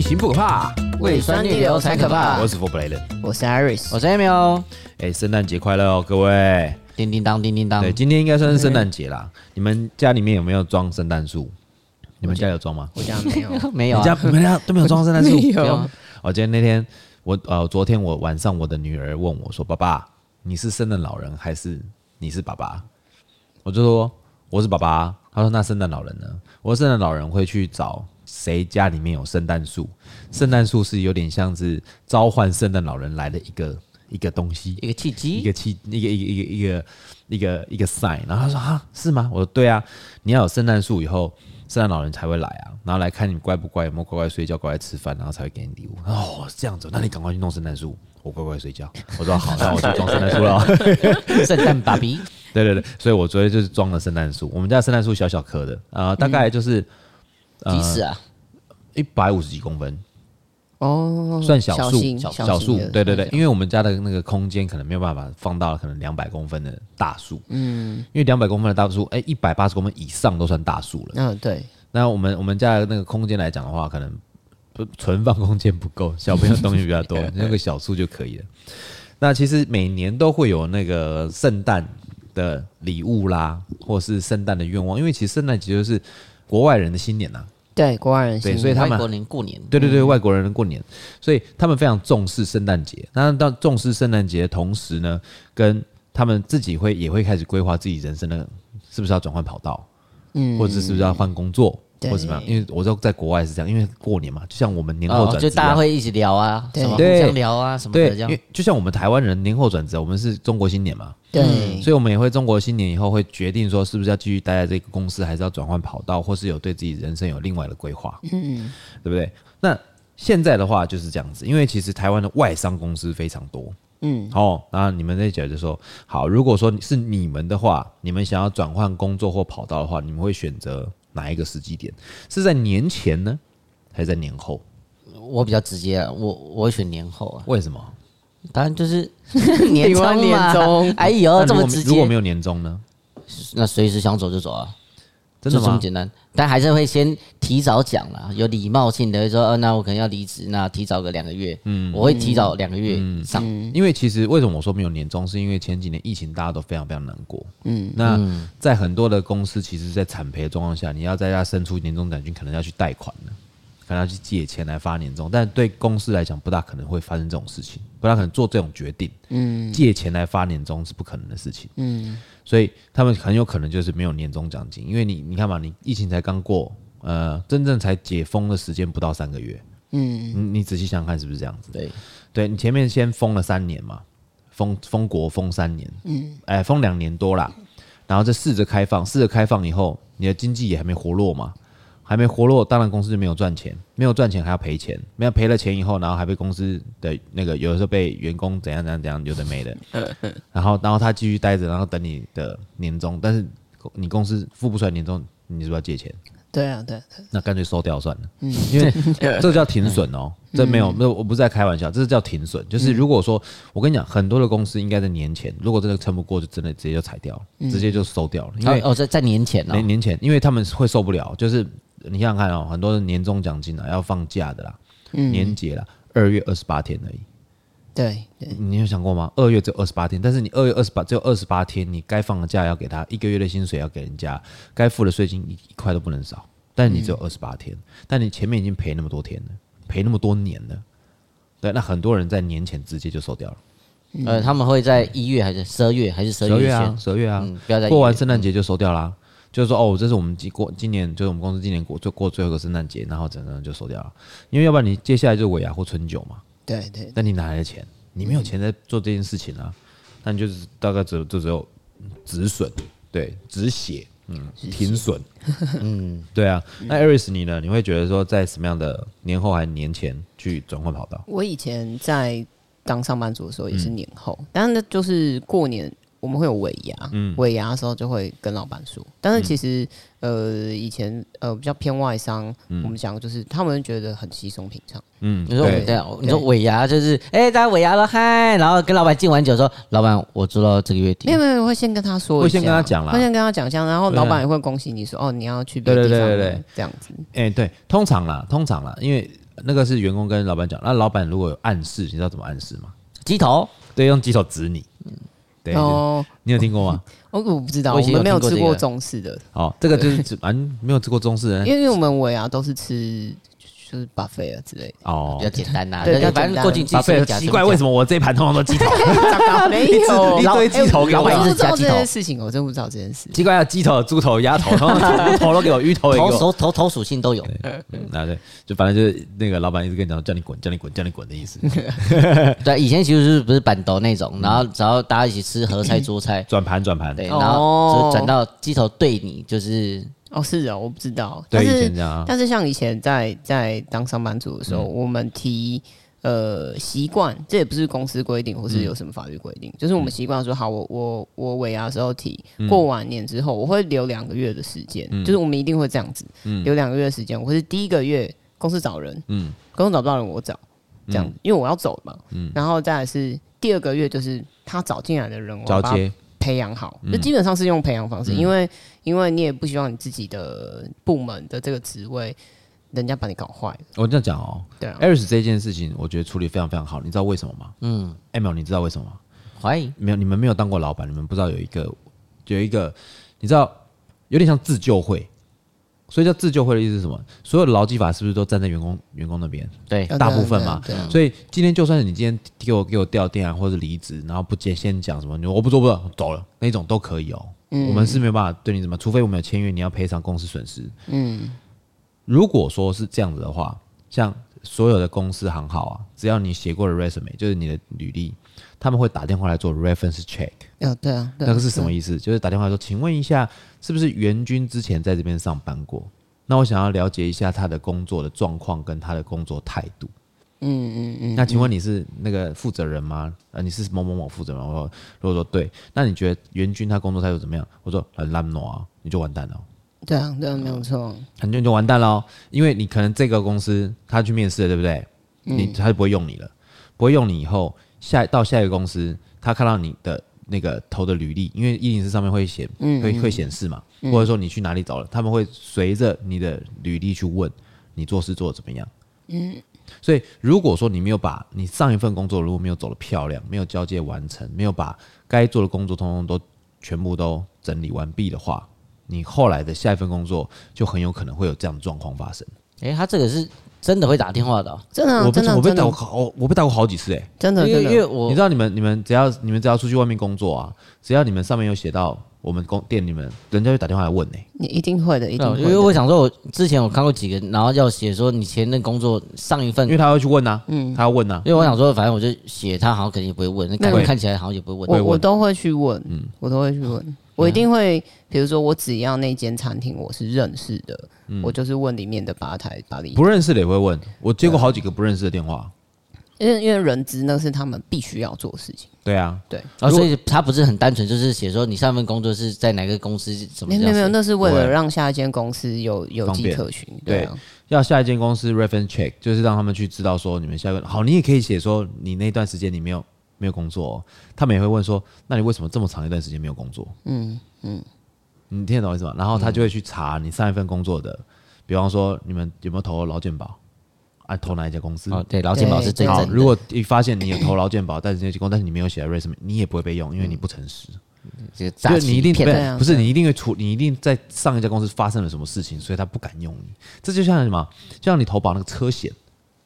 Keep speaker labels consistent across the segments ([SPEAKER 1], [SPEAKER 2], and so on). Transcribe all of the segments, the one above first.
[SPEAKER 1] 行不可怕，
[SPEAKER 2] 胃酸逆流才可怕
[SPEAKER 1] 我是 For Bladen，
[SPEAKER 2] 我是 Iris，
[SPEAKER 3] 我是 Emil，
[SPEAKER 1] 哎，圣诞节快乐哦，各位！
[SPEAKER 3] 叮叮当，叮叮当
[SPEAKER 2] 嗯
[SPEAKER 1] 对，，今天应该算是圣诞节啦。你们家里面有没有装圣诞树？你们家有装吗？
[SPEAKER 2] 我讲没有，
[SPEAKER 3] 没有
[SPEAKER 1] 你家
[SPEAKER 3] 啊，
[SPEAKER 1] 你们家都没有 装圣诞树？
[SPEAKER 2] 没有啊
[SPEAKER 1] 我哦今天那天，我呃，昨天我晚上我的女儿问我说：“爸爸，你是圣诞老人还是你是爸爸？”我就说：“我是爸爸啊。”她说：“那圣诞老人呢？”我说：“圣诞老人会去找谁家里面有圣诞树？圣诞树是有点像是召唤圣诞老人来的一个一个东西，
[SPEAKER 3] 一个契
[SPEAKER 1] 一
[SPEAKER 3] 机，
[SPEAKER 1] 个气，一个一个一个一个一个一个 sign，然后他说啊是吗？我说对啊，你要有圣诞树以后，圣诞老人才会来啊，然后来看你乖不乖，有没有乖乖睡觉，乖乖吃饭，然后才会给你礼物。哦，这样子，那你赶快去弄圣诞树，我乖乖睡觉。我说好，那我去装圣诞树了。
[SPEAKER 3] 圣诞爸比，
[SPEAKER 1] 对对对，所以我昨天就是装了圣诞树，我们家圣诞树小小棵的，啊，大概就是
[SPEAKER 3] 几尺啊？
[SPEAKER 1] 一百五十几公分，
[SPEAKER 3] 嗯
[SPEAKER 2] 哦，
[SPEAKER 1] 算小树
[SPEAKER 2] 型，
[SPEAKER 1] 小
[SPEAKER 2] 型
[SPEAKER 1] 树
[SPEAKER 2] 的，
[SPEAKER 1] 对对对，，因为我们家的那个空间可能没有办法放到可能两百公分的大树，嗯，因为两百公分的大树，哎、一百八十公分以上都算大树了。
[SPEAKER 2] 嗯，对，
[SPEAKER 1] 那我们我们家的那个空间来讲的话，可能不存放空间不够，小朋友东西比较多，那个小树就可以了。那其实每年都会有那个圣诞的礼物啦，或是圣诞的愿望，因为其实圣诞其实就是国外人的新年呐、啊
[SPEAKER 2] 对，国外人
[SPEAKER 1] 对
[SPEAKER 2] 信
[SPEAKER 1] 所以他们
[SPEAKER 3] 外国人过年，
[SPEAKER 1] 对对对，外国人过年，所以他们非常重视圣诞节。那到重视圣诞节的同时呢，跟他们自己会也会开始规划自己人生的，是不是要转换跑道，
[SPEAKER 2] 嗯
[SPEAKER 1] 或者是不是要换工作，
[SPEAKER 2] 对
[SPEAKER 1] 或者怎么样？因为我知道在国外是这样，因为过年嘛，就像我们年后
[SPEAKER 3] 哦，
[SPEAKER 1] 转职
[SPEAKER 3] 就
[SPEAKER 1] 一
[SPEAKER 3] 大家
[SPEAKER 1] 样。
[SPEAKER 3] 会一起聊啊，
[SPEAKER 2] 对
[SPEAKER 3] 什么互
[SPEAKER 1] 对
[SPEAKER 3] 相聊啊，什么
[SPEAKER 1] 对，
[SPEAKER 3] 的这
[SPEAKER 1] 因
[SPEAKER 3] 样
[SPEAKER 1] 为。就像我们台湾人年后转职，啊我们是中国新年嘛，
[SPEAKER 2] 对，
[SPEAKER 1] 所以我们也会中国新年以后会决定说，是不是要继续待在这个公司，还是要转换跑道，或是有对自己人生有另外的规划，嗯，对不对？那现在的话就是这样子，因为其实台湾的外商公司非常多，嗯，哦，那你们在觉得说，好，如果说是你们的话，你们想要转换工作或跑道的话，你们会选择哪一个时机点？是在年前呢，还是在年后？
[SPEAKER 3] 我比较直接啊，我我会选年后啊，
[SPEAKER 1] 为什么？
[SPEAKER 3] 当然就是年
[SPEAKER 2] 你玩
[SPEAKER 3] 终
[SPEAKER 2] 年
[SPEAKER 3] 嘛
[SPEAKER 2] 终
[SPEAKER 3] 哎
[SPEAKER 1] 那
[SPEAKER 3] 呦，
[SPEAKER 1] 如
[SPEAKER 3] 这
[SPEAKER 1] 果
[SPEAKER 3] 么
[SPEAKER 1] 没
[SPEAKER 3] 直
[SPEAKER 1] 如果没
[SPEAKER 3] 接，
[SPEAKER 1] 有年终呢？
[SPEAKER 3] 那随时想走就走啊，
[SPEAKER 1] 真的
[SPEAKER 3] 就这么
[SPEAKER 1] 吗？
[SPEAKER 3] 简单。但还是会先提早讲啦，有礼貌性的会说，呃，那我可能要离职，那提早个两个月，嗯，我会提早两个月
[SPEAKER 1] 嗯
[SPEAKER 3] 上，
[SPEAKER 2] 嗯
[SPEAKER 1] 因为其实为什么我说没有年终，是因为前几年疫情大家都非常非常难过。嗯，那在很多的公司，其实，在惨赔的状况下，你要在家生出年终奖金，可能要去贷款了，可能要去借钱来发年终，但对公司来讲，不大可能会发生这种事情，不大可能做这种决定。嗯，借钱来发年终是不可能的事情。嗯，所以他们很有可能就是没有年终奖金，因为你你看嘛，你疫情才刚过，呃，真正才解封的时间不到三个月。嗯，你你仔细想想看，是不是这样子？
[SPEAKER 3] 对，
[SPEAKER 1] 对你前面先封了三年嘛，封封国封三年，嗯，哎，封两年多啦，然后再试着开放，试着开放以后，你的经济也还没活络嘛，还没活络，当然公司就没有赚钱，没有赚钱还要赔钱，没有赔了钱以后，然后还被公司的那个有的时候被员工怎样怎样怎样，有的没的，然后然后他继续待着，然后等你的年终，但是你公司付不出来年终，你是不是要借钱？
[SPEAKER 2] 对啊，对，
[SPEAKER 3] 哦
[SPEAKER 2] 对
[SPEAKER 1] 那干脆收掉算了，因为这叫停损哦，这没有，没有，我不是在开玩笑，这是叫停损。就是如果说，我跟你讲，很多的公司应该在年前，如果真的撑不过，就真的直接就裁掉了，直接就收掉了，因为
[SPEAKER 3] 哦哦，在在年前哦
[SPEAKER 1] 年，年前，因为他们会受不了，就是你想想看哦，很多的年终奖金啊，要放假的啦，年节啦，二月二十八天而已，
[SPEAKER 2] 对，对，
[SPEAKER 1] 你有想过吗？二月只有二十八天，但是你二月二十八只有二十八天，你该放的假要给他，一个月的薪水要给人家，该付的税金一一块都不能少。但你只
[SPEAKER 3] 嗯
[SPEAKER 1] 有二十八天，但你前面已经赔那么多天了，赔那么多年了，对，那很多人在年前直接就收掉了。
[SPEAKER 2] 嗯
[SPEAKER 3] 呃，他们会在一月还是十二月还是十二
[SPEAKER 1] 十
[SPEAKER 3] 月
[SPEAKER 1] 月啊
[SPEAKER 3] 前，，
[SPEAKER 1] 十二月啊，
[SPEAKER 3] 嗯不要再
[SPEAKER 1] 过完
[SPEAKER 3] 一月
[SPEAKER 1] 圣诞节就收掉啦。就是说，哦，这是我们今过今年，就是我们公司今年过就过最后一个圣诞节，然后整个就收掉了。因为要不然你接下来就是尾牙或春酒嘛，
[SPEAKER 2] 对，对，
[SPEAKER 1] 那你哪来的钱？你没
[SPEAKER 3] 嗯
[SPEAKER 1] 有钱在做这件事情啊，那你就是大概只就只有止损，对，止血，嗯，停 损，嗯，对啊。那 Aris 你呢？你会觉得说在什么样的年后还是年前去转换跑道？
[SPEAKER 2] 我以前在当上班族的时候也
[SPEAKER 1] 嗯
[SPEAKER 2] 是年后，但是就是过年我们会有尾牙，
[SPEAKER 1] 嗯
[SPEAKER 2] 尾牙的时候就会跟老板说。但是其实、呃，以前呃比较偏外商，我们讲就是他们觉得很稀松平常，
[SPEAKER 1] 嗯，
[SPEAKER 3] 你说我
[SPEAKER 1] 对
[SPEAKER 3] 们这样，你说尾牙就是，哎，大家尾牙了嗨，然后跟老板敬完酒说，老板，我知道这个月底
[SPEAKER 2] 没有没有，会先跟他说一下，
[SPEAKER 1] 会先跟他讲啦
[SPEAKER 2] 会先跟他讲一下，然后
[SPEAKER 1] 对啊
[SPEAKER 2] 老板也会恭喜你说哦，你要去别的地
[SPEAKER 1] 对
[SPEAKER 2] 方
[SPEAKER 1] 对对
[SPEAKER 2] 了，
[SPEAKER 1] 对对
[SPEAKER 2] 这样子，
[SPEAKER 1] 哎、对，通常啦，通常啦，因为那个是员工跟老板讲，那老板如果有暗示，你知道怎么暗示吗？
[SPEAKER 3] 鸡头，
[SPEAKER 1] 对，用鸡手指你。对，
[SPEAKER 2] 哦，
[SPEAKER 1] 你有听过 吗？
[SPEAKER 2] 我我不知道，
[SPEAKER 3] 我
[SPEAKER 2] 我
[SPEAKER 3] 以前
[SPEAKER 2] 们没
[SPEAKER 3] 有听
[SPEAKER 2] 有
[SPEAKER 3] 过
[SPEAKER 2] 吃
[SPEAKER 3] 这
[SPEAKER 2] 过
[SPEAKER 3] 个
[SPEAKER 2] 中式的，
[SPEAKER 1] 好，这个就是指啊，你没有吃过中式人
[SPEAKER 2] 因为我们尾牙都是吃就是 buffet 啊之类的。
[SPEAKER 1] 哦
[SPEAKER 3] 比较。简单呐，
[SPEAKER 2] 对
[SPEAKER 3] 就是
[SPEAKER 2] 比较
[SPEAKER 3] 反正
[SPEAKER 2] 简单
[SPEAKER 3] 过去你自
[SPEAKER 1] 巴
[SPEAKER 3] 己
[SPEAKER 1] 菲
[SPEAKER 3] 吃
[SPEAKER 1] 特
[SPEAKER 3] 假
[SPEAKER 1] 奇怪，为什么我这一盘通常都鸡 头？
[SPEAKER 2] 没
[SPEAKER 1] 有
[SPEAKER 2] 有，
[SPEAKER 1] 一堆鸡头给我
[SPEAKER 2] 老板
[SPEAKER 3] 一直
[SPEAKER 2] 哎不知道
[SPEAKER 3] 夹鸡
[SPEAKER 2] 这
[SPEAKER 3] 头
[SPEAKER 2] 件事情，我真不知道这件事。
[SPEAKER 1] 奇怪啊，鸡头、猪头、鸭头，通常头都给我，鱼头也 给
[SPEAKER 3] 头
[SPEAKER 1] 我。
[SPEAKER 3] 头头头属性都有，
[SPEAKER 1] 嗯啊，对，就反正就是那个老板一直跟你讲，叫你滚，叫你滚，叫你滚的意 思，
[SPEAKER 3] 对，以前其实就是不是板头那种，然后只要大家一起吃合菜 桌菜，
[SPEAKER 1] 转盘转盘。
[SPEAKER 3] 对，
[SPEAKER 1] 对，
[SPEAKER 3] 然后
[SPEAKER 2] 哦
[SPEAKER 3] 就是转到鸡头对你，就是
[SPEAKER 2] 哦，是啊，我不知道。但
[SPEAKER 1] 以
[SPEAKER 2] 是
[SPEAKER 1] 前这样啊。
[SPEAKER 2] 但是像以前在在当上班族的时候，我们提呃习惯，这也不是公司规定，或是有什么法律规定，就是我们习惯说好，我我我尾牙的时候提，过完年之后我会留两个月的时间，就是我们一定会这样子，留两个月的时间，我会是第一个月公司找人，
[SPEAKER 1] 嗯
[SPEAKER 2] 嗯，公司找不到人我找，这样，因为我要走嘛，然后再来是第二个月就是他找进来的人，我
[SPEAKER 1] 交
[SPEAKER 2] 要把他
[SPEAKER 1] 接，
[SPEAKER 2] 培养好，就基本上是用培养方式，因为因为你也不希望你自己的部门的这个职位，人家把你搞坏了，
[SPEAKER 1] 我这样讲哦
[SPEAKER 2] 对啊，
[SPEAKER 1] ，Eris 这件事情，我觉得处理非常非常好。你知道为什么吗？嗯，Emil，你知道为什么吗？
[SPEAKER 3] 怀疑
[SPEAKER 1] 没有，你们没有当过老板，你们不知道有一个有一个，你知道有点像自救会，所以叫自救会的意思是什么？所有的劳基法是不是都站在员工员工那边？
[SPEAKER 3] 对
[SPEAKER 2] 对啊
[SPEAKER 1] 大部分嘛
[SPEAKER 2] 对啊对啊。
[SPEAKER 1] 所以今天就算是你今天给我给我调电啊，或者离职，然后不接先讲什么，你说我不做不做走了那种都可以哦。
[SPEAKER 2] 嗯
[SPEAKER 1] 我们是没有办法对你怎么，除非我们有签约，你要赔偿公司损失。嗯，如果说是这样子的话，像所有的公司行号啊，只要你写过的 resume，就是你的履历，他们会打电话来做 reference check。
[SPEAKER 2] 嗯，对啊，
[SPEAKER 1] 那个是什么意思？就是打电话说，请问一下，是不是袁军之前在这边上班过？那我想要了解一下他的工作的状况跟他的工作态度。嗯嗯嗯。那请问你是那个负责人吗？呃，你是某某某负责人吗？我说如果说对，那你觉得袁军他工作态度怎么样？我说很烂喏啊，你就完蛋了哦。
[SPEAKER 2] 对啊，对啊，没有错，
[SPEAKER 1] 很久就完蛋了哦，因为你可能这个公司他去面试了，对不对？你他就不会用你了，不会用你以后，下到下一个公司，他看到你的那个投的履历，因为一零四上面会显，会会显示嘛，或者说你去哪里找了，他们会随着你的履历去问你做事做的怎么样。所以如果说你没有把你上一份工作如果没有走的漂亮，没有交接完成，没有把该做的工作通通都全部都整理完毕的话，你后来的下一份工作就很有可能会有这样的状况发生。
[SPEAKER 3] 哎，他这个是真的会打电话的哦，
[SPEAKER 2] 真的
[SPEAKER 1] 我
[SPEAKER 2] 啊，
[SPEAKER 1] 被
[SPEAKER 2] 真的啊，
[SPEAKER 1] 我被
[SPEAKER 2] 真
[SPEAKER 1] 打
[SPEAKER 2] 的
[SPEAKER 1] 过
[SPEAKER 2] 啊，
[SPEAKER 1] 好，我被打过好几次哎、
[SPEAKER 2] 真的，
[SPEAKER 3] 因为
[SPEAKER 2] 真
[SPEAKER 3] 因为
[SPEAKER 2] 的，
[SPEAKER 1] 你
[SPEAKER 3] 我
[SPEAKER 1] 知道你们你们只要你们只要出去外面工作啊，只要你们上面有写到我们工店里面，人家就打电话来问哎、
[SPEAKER 2] 你一定会的，一定
[SPEAKER 3] 对
[SPEAKER 2] 会
[SPEAKER 3] 哦因为我
[SPEAKER 2] 的。
[SPEAKER 3] 想说，我之前我看过几个，然后要写说你前任工作上一份
[SPEAKER 2] 嗯
[SPEAKER 1] 因为，他要去问呐、啊他要问呐、
[SPEAKER 3] 因为我想说，反正我就写他好像肯定也不会问，那感觉
[SPEAKER 1] 对
[SPEAKER 3] 看起来好像也不会
[SPEAKER 2] 我
[SPEAKER 3] 问。哦
[SPEAKER 2] 我都会去问，我都会去问，我一定会，比如说我只要那间餐厅我是认识的，我就是问里面的吧台吧里，
[SPEAKER 1] 不认识的也会问，我接
[SPEAKER 2] 啊
[SPEAKER 1] 过好几个不认识的电话。
[SPEAKER 2] 因为因为人资那是他们必须要做的事情，
[SPEAKER 1] 对啊，
[SPEAKER 2] 对，
[SPEAKER 3] 啊，所以他不是很单纯，就是写说你上一份工作是在哪个公司，怎么
[SPEAKER 2] 没
[SPEAKER 3] 这样
[SPEAKER 2] 有没有没有，
[SPEAKER 3] 子。
[SPEAKER 2] 那是为
[SPEAKER 1] 对
[SPEAKER 2] 了让下一间公司有有
[SPEAKER 1] 方
[SPEAKER 2] 迹
[SPEAKER 1] 便
[SPEAKER 2] 可循，
[SPEAKER 1] 对
[SPEAKER 2] 对啊，
[SPEAKER 1] 要下一间公司 reference check，就是让他们去知道说你们下一个好，你也可以写说你那段时间你没有没有工作、哦，他们也会问说，那你为什么这么长一段时间没有工作？嗯嗯，你听得懂我意思吗？然后他就会去查你上一份工作的，比方说你们有没有投劳健保，啊，投哪一家公司？
[SPEAKER 3] 哦，对，劳健保是最
[SPEAKER 2] 对
[SPEAKER 3] 正
[SPEAKER 1] 好，
[SPEAKER 3] 的。
[SPEAKER 1] 如果一发现你有投劳健保，但是那些工，但是你没有写 resume，你也不会被用，因为你不诚实。
[SPEAKER 3] 这个
[SPEAKER 1] 就
[SPEAKER 3] 诈
[SPEAKER 1] 你
[SPEAKER 3] 欺
[SPEAKER 1] 一定
[SPEAKER 3] 骗
[SPEAKER 1] 不
[SPEAKER 2] 对
[SPEAKER 1] 是
[SPEAKER 3] 人
[SPEAKER 2] 啊
[SPEAKER 1] 不是你一定会出，你一定在上一家公司发生了什么事情，所以他不敢用你。这就像什么？就像你投保那个车险，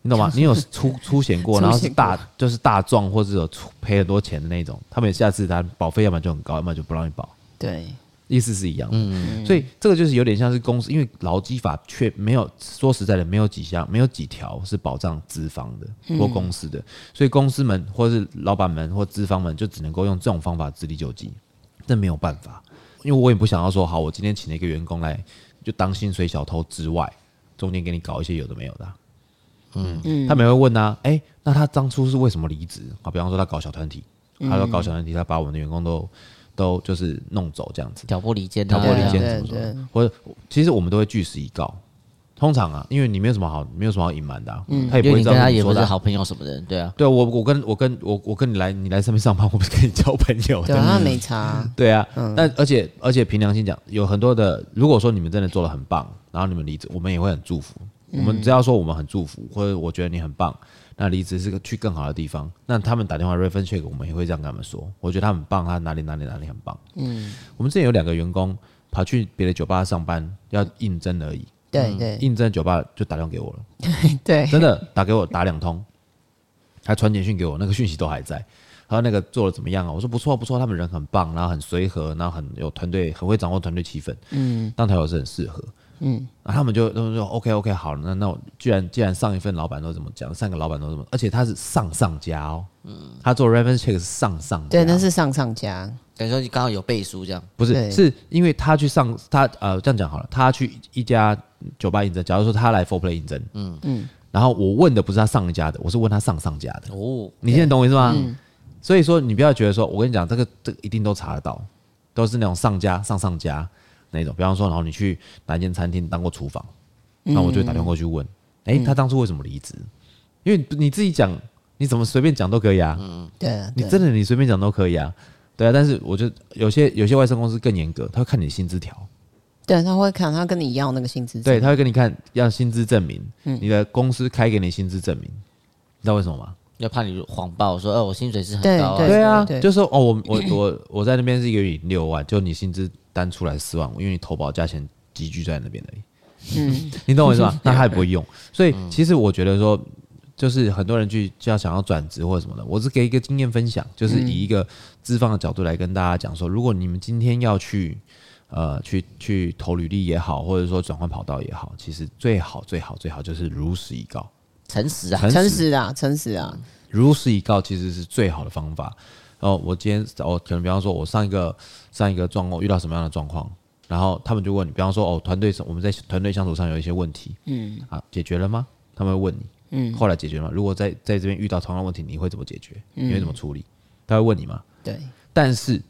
[SPEAKER 1] 你 懂吗？你有出出险过，
[SPEAKER 2] 出险过
[SPEAKER 1] 然后是大就是大撞或者有出赔很多钱的那种，他们也下次他保费要么就很高，要么就不让你保，
[SPEAKER 2] 对，
[SPEAKER 1] 意思是一样的。所以这个就是有点像是公司，因为劳基法却没有说实在的，没有几项没有几条是保障资方的或公司的，所以公司们或是老板们或资方们就只能够用这种方法自力救济。这没有办法，因为我也不想要说，好，我今天请了一个员工来就当薪水小偷之外，中间给你搞一些有的没有的啊、嗯，他们也会问啊，哎、那他当初是为什么离职？啊，比方说他搞小团体，他说搞小团体，他把我们的员工都都就是弄走这样子，
[SPEAKER 3] 挑拨离间啊，
[SPEAKER 1] 挑拨离间
[SPEAKER 2] 对
[SPEAKER 1] 怎么
[SPEAKER 2] 对
[SPEAKER 1] 说？或者其实我们都会据实以告。通常啊，因为你没有什么好，没有什么好隐瞒的、啊，他也
[SPEAKER 3] 嗯因
[SPEAKER 1] 不
[SPEAKER 3] 为
[SPEAKER 1] 会
[SPEAKER 3] 你
[SPEAKER 1] 知道
[SPEAKER 3] 跟他
[SPEAKER 1] 你
[SPEAKER 3] 也
[SPEAKER 1] 说
[SPEAKER 3] 不
[SPEAKER 1] 的
[SPEAKER 3] 是
[SPEAKER 1] 啊、
[SPEAKER 3] 好朋友什么的，对啊。
[SPEAKER 1] 对啊，我我跟我跟我我跟你来，你来上面上班，我不是跟你交朋友的
[SPEAKER 3] 啊
[SPEAKER 2] 对，他没差，
[SPEAKER 1] 对啊，
[SPEAKER 3] 嗯
[SPEAKER 1] 但而且而且凭良心讲，有很多的，如果说你们真的做的很棒，然后你们离职，我们也会很祝福。
[SPEAKER 3] 嗯
[SPEAKER 1] 我们只要说我们很祝福，或者我觉得你很棒，那离职是个去更好的地方。那他们打电话 reference check，我们也会这样跟他们说，我觉得他很棒，他哪里哪里哪里很棒。嗯，我们之前有两个员工跑去别的酒吧上班，要应征而已，
[SPEAKER 2] 对对
[SPEAKER 1] 应征酒吧就打电话给 我了，
[SPEAKER 2] 对，
[SPEAKER 1] 真的打给我打两通，还传简讯给我，那个讯息都还在。他说那个做的怎么样啊？我说不错不错，他们人很棒，然后很随和，然后很有团队，很会掌握团队气氛。嗯，当台友是很适合。嗯，然后他们就他们说 OK OK 好，那那我既然既然上一份老板都这么讲，上个老板都这么，而且他是上上家哦，他做 reference check 是上上家，
[SPEAKER 2] 对，那是上上家，
[SPEAKER 3] 等于说你刚好有背书这样，
[SPEAKER 1] 不是
[SPEAKER 2] 对
[SPEAKER 1] 是因为他去上他呃这样讲好了，他去一家酒吧应征，假如说他来 Four Play 应征，嗯嗯，然后我问的不是他上一家的，我是问他上上家的，
[SPEAKER 3] 哦，
[SPEAKER 1] 你现在懂我意思吗？所以说你不要觉得说，我跟你讲，这个这个一定都查得到，都是那种上家上上家那种。比方说，然后你去哪一间餐厅当过厨房，那我就会打电话过去问，哎、他当初为什么离职？因为你自己讲，你怎么随便讲都可以啊，
[SPEAKER 2] 对啊，
[SPEAKER 1] 你
[SPEAKER 2] 对
[SPEAKER 1] 真的你随便讲都可以啊，对啊。但是我就有些有些外商公司更严格，他会看你的薪资条，
[SPEAKER 2] 对，他会看他跟你要那个薪资，
[SPEAKER 1] 对，，他会跟你看要薪资证明，你的公司开给你薪资证明，你知道为什么吗？
[SPEAKER 3] 要怕你谎报说，哦，我薪水是很
[SPEAKER 2] 对
[SPEAKER 3] 高啊，
[SPEAKER 1] 对啊，
[SPEAKER 2] 对
[SPEAKER 1] 就说哦，我我我我在那边是一个月领六万，就你薪资单出来四万五，因为你投保价钱集聚在那边而已。嗯， 你懂我意思吗？那他也不会用，所以其实我觉得说，就是很多人去就要想要转职或者什么的，我是给一个经验分享，就是以一个资方的角度来跟大家讲说，如果你们今天要去。呃，去去投履历也好，或者说转换跑道也好，其实最好最好最好就是如实以告，
[SPEAKER 3] 诚实啊，
[SPEAKER 2] 诚实啊，诚实啊，
[SPEAKER 1] 如实以告其实是最好的方法。哦，我今天哦，可能比方说，我上一个上一个状况遇到什么样的状况，然后他们就问你，比方说哦，团队我们在团队相处上有一些问题，嗯，啊，解决了吗？他们会问你，嗯，后来解决了吗？如果在在这边遇到同样的问题，你会怎么解决？你会怎么处理？他会问你吗？
[SPEAKER 2] 对，
[SPEAKER 1] 但是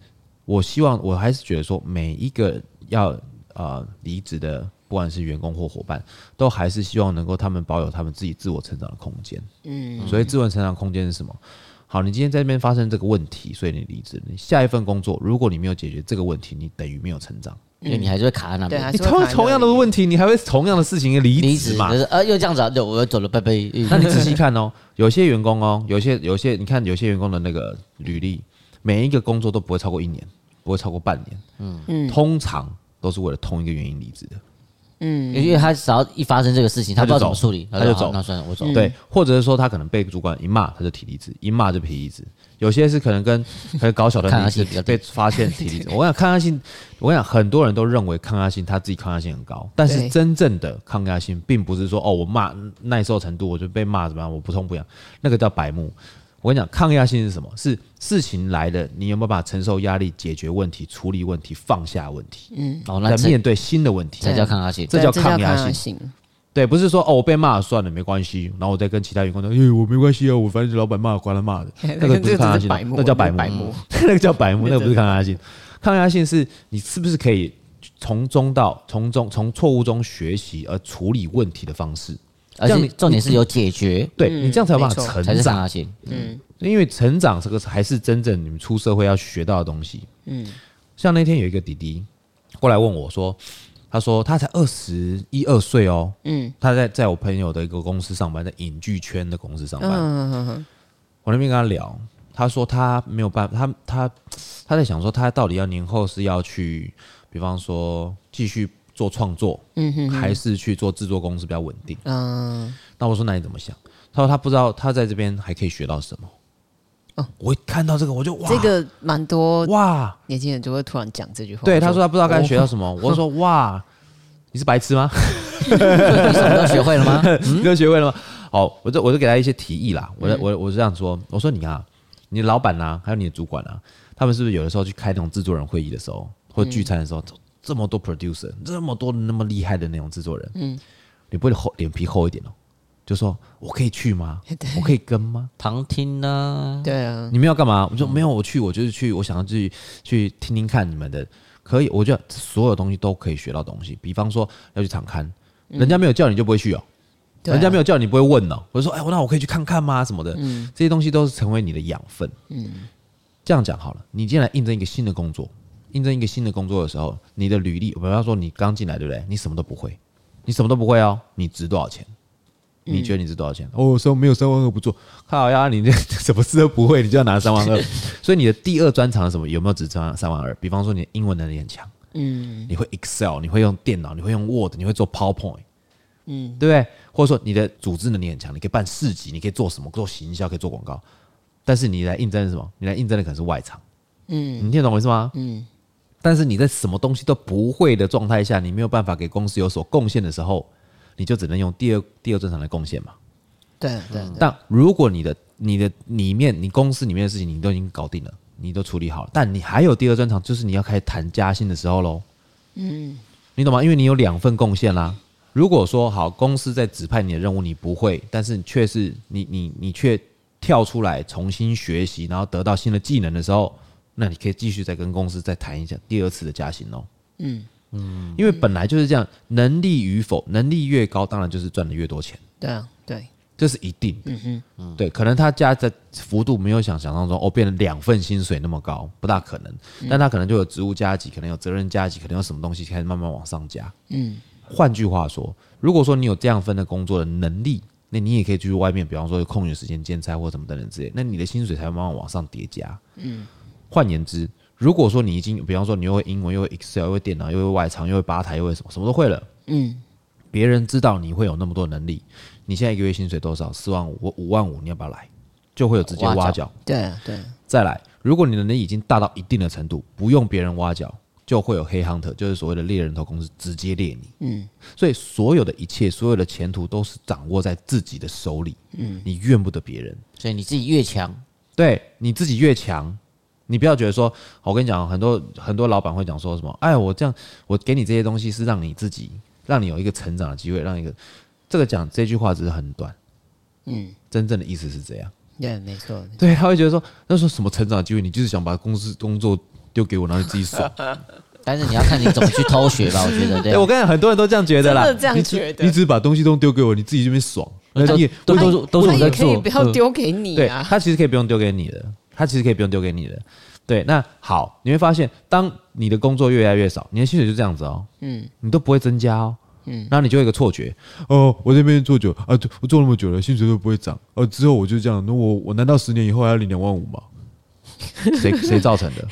[SPEAKER 1] 我希望，我还是觉得说，每一个要呃离职的，不管是员工或伙伴，都还是希望能够他们保有他们自己自我成长的空间。嗯，所以自我成长空间是什么？好，你今天在这边发生这个问题，所以你离职。你下一份工作，如果你没有解决这个问题，你等于没有成长。
[SPEAKER 3] 因为你还是会卡在那
[SPEAKER 2] 对，还啊
[SPEAKER 3] 边。
[SPEAKER 1] 你
[SPEAKER 2] 是会
[SPEAKER 1] 同
[SPEAKER 2] 卡
[SPEAKER 1] 同样的
[SPEAKER 2] 在那里
[SPEAKER 1] 问题，你还会同样的事情
[SPEAKER 3] 离
[SPEAKER 1] 离职
[SPEAKER 3] 职
[SPEAKER 1] 嘛
[SPEAKER 3] 就？是呃，又这样子啊，对，我要走了，拜拜。
[SPEAKER 1] 那
[SPEAKER 3] 嗯
[SPEAKER 1] 你仔细看哦，有些员工哦，有些有些，你看有些员工的那个履历，每一个工作都不会超过一年，不会超过半年，嗯嗯，通常都是为了同一个原因离职的，
[SPEAKER 2] 嗯
[SPEAKER 3] 因为他只要一发生这个事情，他不知道怎么处理，
[SPEAKER 1] 他就走
[SPEAKER 3] 好那算了，我走。
[SPEAKER 1] 对，或者是说他可能被主管一骂他就提离职，一骂就提离职，有些是可能跟可能搞小团
[SPEAKER 3] 抗压
[SPEAKER 1] 体
[SPEAKER 3] 性
[SPEAKER 1] 是
[SPEAKER 3] 比较低
[SPEAKER 1] 被发现提离职，我想抗压性，我想很多人都认为抗压性他自己抗压性很高，但是
[SPEAKER 2] 对
[SPEAKER 1] 真正的抗压性并不是说哦我骂耐受程度我就被骂怎么样，我不痛不痒，那个叫白目。我跟你讲，抗压性是什么？是事情来了，你有没有办法承受压力、解决问题、处理问题、放下问题，
[SPEAKER 2] 嗯
[SPEAKER 3] 哦，那
[SPEAKER 1] 来
[SPEAKER 3] 这
[SPEAKER 1] 面对新的问题？
[SPEAKER 3] 才叫抗压性。
[SPEAKER 1] 这
[SPEAKER 2] 对
[SPEAKER 1] 叫
[SPEAKER 2] 这
[SPEAKER 1] 抗
[SPEAKER 2] 抗
[SPEAKER 1] 压性
[SPEAKER 2] 性，
[SPEAKER 1] 对，不是说哦，我被骂了算了，没关系，然后我再跟其他员工说，哎、我没关系啊，我反正是老板骂，管他骂 的，那个不
[SPEAKER 2] 这
[SPEAKER 1] 是
[SPEAKER 2] 个
[SPEAKER 1] 抗压
[SPEAKER 2] 只
[SPEAKER 1] 性
[SPEAKER 2] 是白，目，
[SPEAKER 1] 那叫
[SPEAKER 2] 白
[SPEAKER 1] 白目， 那个叫白目，那个不是抗压性。抗压性是你是不是可以从中到从中从错误中学习而处理问题的方式？
[SPEAKER 3] 而
[SPEAKER 1] 这样
[SPEAKER 3] 且
[SPEAKER 1] 你
[SPEAKER 3] 重点是有解决
[SPEAKER 1] 对、
[SPEAKER 2] 嗯
[SPEAKER 1] 你这样才有办法
[SPEAKER 2] 没错
[SPEAKER 1] 成
[SPEAKER 3] 才是抗
[SPEAKER 1] 长，
[SPEAKER 3] 压性。
[SPEAKER 1] 因为成长这个还是真正你们出社会要学到的东西。嗯，像那天有一个弟弟过来问我说，他说他才二十一二岁哦，嗯，他在在我朋友的一个公司上班，在影剧圈的公司上班。
[SPEAKER 2] 嗯
[SPEAKER 1] 我那边跟他聊，他说他没有办法，他他他在想说他到底要年后是要去，比方说继续做创作，嗯哼还是去做制作公司比较稳定。
[SPEAKER 2] 嗯，
[SPEAKER 1] 那我说那你怎么想？他说他不知道他在这边还可以学到什么。我一看哦到这个我就哇，
[SPEAKER 2] 这个蛮多
[SPEAKER 1] 哇，
[SPEAKER 2] 年轻人就会突然讲这句话。
[SPEAKER 1] 对，
[SPEAKER 2] 就
[SPEAKER 1] 他说他不知道该学到什么。我说哇，你是白痴 吗？
[SPEAKER 3] 你什么都学会 了吗？
[SPEAKER 1] 你都学会了吗？嗯好，我就我就给他一些提议啦。我我我是这样说，我说你啊，你老板啊，还有你的主管啊，他们是不是有的时候去开那种制作人会议的时候，或聚餐的时候，这么多 producer，这么多那么厉害的那种制作人，嗯，你不会厚脸皮厚一点哦？就说我可以去 吗？我可以跟吗？
[SPEAKER 3] 旁听呢？
[SPEAKER 2] 对啊，
[SPEAKER 1] 你们要干嘛？我说没有，我去，我就是去，我想要去去听听看你们的。可以，我觉得所有东西都可以学到东西。比方说要去场刊，人家没有叫你就不会去哦，
[SPEAKER 2] 对啊
[SPEAKER 1] 人家没有叫你不会问哦。我就说，哎，那我可以去看看吗？什么的，这些东西都是成为你的养分。嗯，这样讲好了，你进来应征一个新的工作，应征一个新的工作的时候，你的履历，比方说你刚进来，对不对？你什么都不会，你什么都不会哦，你值多少钱？你觉得你值多少钱？哦，三没有三万二不做，靠呀，你这什么事都不会，你就要拿三万二。所以你的第二专长是什么？有没有值三万三万二？比方说你的英文能力很强，嗯，你会 Excel，你会用电脑，你会用 Word，你会做 PowerPoint，嗯，对不对？或者说你的组织能力很强，你可以办市集，你可以做什么？做行销，可以做广告。但是你来应征是什么？你来应征的可能是外场，嗯，你听得懂我意思吗？嗯。但是你在什么东西都不会的状态下，你没有办法给公司有所贡献的时候，你就只能用第二第二专长来贡献嘛。
[SPEAKER 2] 对啊对对，
[SPEAKER 1] 但如果你的你的里面你公司里面的事情你都已经搞定了，你都处理好了，但你还有第二专长，就是你要开始谈加薪的时候喽。嗯，你懂吗？因为你有两份贡献啦。如果说好，公司在指派你的任务你不会，但是却是你你你却跳出来重新学习，然后得到新的技能的时候，那你可以继续再跟公司再谈一下第二次的加薪哦。嗯嗯，因为本来就是这样，能力与否，能力越高，当然就是赚的越多钱。
[SPEAKER 2] 对啊对，
[SPEAKER 1] 这是一定的。嗯对，可能他加的幅度没有想想象中哦，变成两份薪水那么高，不大可能。但他可能就有职务加级，可能有责任加级，可能有什么东西开始慢慢往上加。嗯，换句话说，如果说你有这样分的工作的能力，那你也可以去外面，比方说有空余时间兼差或什么等等之类，那你的薪水才会慢慢往上叠加。嗯，换言之。如果说你已经，比方说你又会英文，又会 Excel，又会电脑，又会外场，又会吧台，又会什么，什么都会了，
[SPEAKER 2] 嗯，
[SPEAKER 1] 别人知道你会有那么多能力，你现在一个月薪水多少？四万五，我五万五，你要不要来？就会有直接
[SPEAKER 3] 挖角
[SPEAKER 1] 挖角。
[SPEAKER 2] 对啊对啊，
[SPEAKER 1] 再来，如果你的能力已经大到一定的程度，不用别人挖角，就会有黑 hunter，就是所谓的猎人头公司直接猎你。嗯，所以所有的一切，所有的前途都是掌握在自己的手里。嗯，你怨不得别人，
[SPEAKER 3] 所以你自己越强，
[SPEAKER 1] 对你自己越强。你不要觉得说，我跟你讲，哦很多很多老板会讲说什么，哎，我这样，我给你这些东西是让你自己，让你有一个成长的机会，让一个这个讲这句话只是很短，嗯，真正的意思是这样。
[SPEAKER 2] 对，没错，没错
[SPEAKER 1] 对，他会觉得说，那时候什么成长机会，你就是想把公司工作丢给我，然后你自己 爽。
[SPEAKER 2] 啊
[SPEAKER 3] 但是你要看你怎么去偷学 吧，我觉得对啊
[SPEAKER 1] 对，我跟你讲，很多人都这样觉得啦，
[SPEAKER 2] 真的这样
[SPEAKER 1] 你只
[SPEAKER 2] 觉得
[SPEAKER 1] 你只是把东西都丢给我，你自己这边爽，那你也
[SPEAKER 3] 都
[SPEAKER 1] 为什
[SPEAKER 3] 都
[SPEAKER 1] 么
[SPEAKER 3] 是都是
[SPEAKER 2] 他
[SPEAKER 3] 我在
[SPEAKER 2] 也可以
[SPEAKER 3] 做，
[SPEAKER 2] 不
[SPEAKER 1] 嗯
[SPEAKER 2] 要丢给你
[SPEAKER 1] 对
[SPEAKER 2] 啊，
[SPEAKER 1] 他其实可以不用丢给你的，他其实可以不用丢给你的。对，那好，你会发现，当你的工作越来越少，你的薪水就这样子哦，嗯，你都不会增加哦，嗯，然后你就会有一个错觉，啊
[SPEAKER 4] 哦，我这边做久啊，做我做那么久了，薪水都不会涨，
[SPEAKER 1] 哦
[SPEAKER 4] 呃，之后我就这样，那我我难道十年以后还要领两万五 吗？
[SPEAKER 1] 谁谁造成的？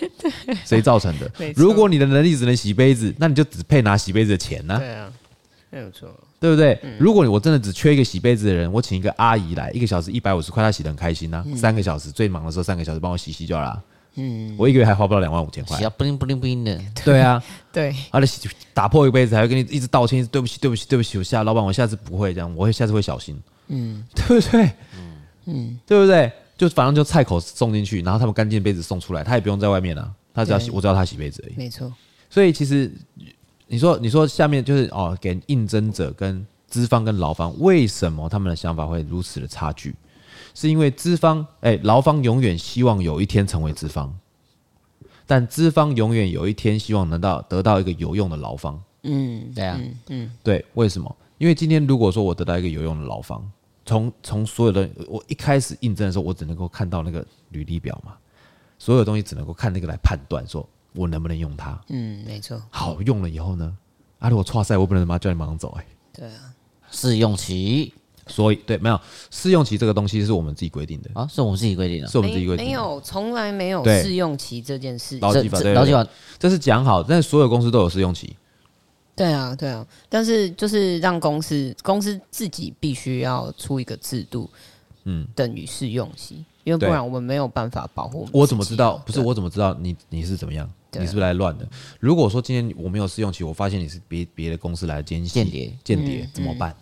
[SPEAKER 1] 谁造成的
[SPEAKER 2] 没？错
[SPEAKER 1] 如果你的能力只能洗杯子，那你就只配拿洗杯子的钱呐、
[SPEAKER 2] 对啊，没有错，
[SPEAKER 1] 对不对？如果我真的只缺一个洗杯子的人，我请一个阿姨来，一个小时一百五十块，她洗的很开心呐、三个小时最忙的时候三个小时帮我洗洗就好啦。嗯，啊我一个月还花不到两万五千块
[SPEAKER 3] 只。要不灵不灵不灵的，
[SPEAKER 1] 对 啊，
[SPEAKER 2] 对，
[SPEAKER 1] 而且打破一个杯子还会跟你一直道歉，一直对不起，对不起，对不起，我下老板，我下次不会这样，我会下次会小心，嗯，对不对？嗯，对不对？就反正就菜口送进去，然后他们干净的杯子送出来，他也不用在外面啊，他只要洗，
[SPEAKER 2] 对
[SPEAKER 1] 我只要他洗杯子而已。
[SPEAKER 2] 没错，
[SPEAKER 1] 所以其实你说，你说下面就是哦，给应征者跟资方跟劳方为什么他们的想法会如此的差距？是因为资方哎，劳方永远希望有一天成为资方，但资方永远有一天希望能到得到一个有用的劳方。
[SPEAKER 2] 嗯，
[SPEAKER 3] 对啊，
[SPEAKER 1] 对，为什么？因为今天如果说我得到一个有用的劳方，从从所有的我一开始印证的时候，我只能够看到那个履历表嘛，所有东西只能够看那个来判断，说我能不能用它。
[SPEAKER 2] 嗯，没错，
[SPEAKER 1] 好用了以后呢，啊，如果错赛，我不能他妈叫你马上走哎、
[SPEAKER 2] 对啊，
[SPEAKER 3] 试用期
[SPEAKER 1] 所以对，没有试用期这个东西是我们自己规定的，
[SPEAKER 3] 啊，是我们自己规定的，
[SPEAKER 1] 是我们自
[SPEAKER 2] 没
[SPEAKER 1] 己规定
[SPEAKER 2] 嗯没
[SPEAKER 1] 的。
[SPEAKER 2] 有，从来没有
[SPEAKER 1] 对
[SPEAKER 2] 试用期这件事
[SPEAKER 1] 劳
[SPEAKER 3] 这
[SPEAKER 1] 基法
[SPEAKER 3] 这
[SPEAKER 1] 对对
[SPEAKER 3] 劳基
[SPEAKER 1] 对
[SPEAKER 3] 法
[SPEAKER 1] 这是讲好，但是所有公司都有试用期。
[SPEAKER 2] 对啊，对啊，但是就是让公司公司自己必须要出一个制度，
[SPEAKER 1] 嗯，
[SPEAKER 2] 等于试用期，因为不
[SPEAKER 1] 对
[SPEAKER 2] 然我们没有办法保护们
[SPEAKER 1] 我怎么
[SPEAKER 2] 自己
[SPEAKER 1] 知道
[SPEAKER 2] 啊？
[SPEAKER 1] 不是，我怎么知道你你是怎么样？
[SPEAKER 2] 对啊
[SPEAKER 1] 你是不是来乱的？如果说今天我没有试用期，我发现你是别别的公司来的奸细
[SPEAKER 3] 间谍
[SPEAKER 1] 间
[SPEAKER 2] 嗯
[SPEAKER 1] 谍怎么办？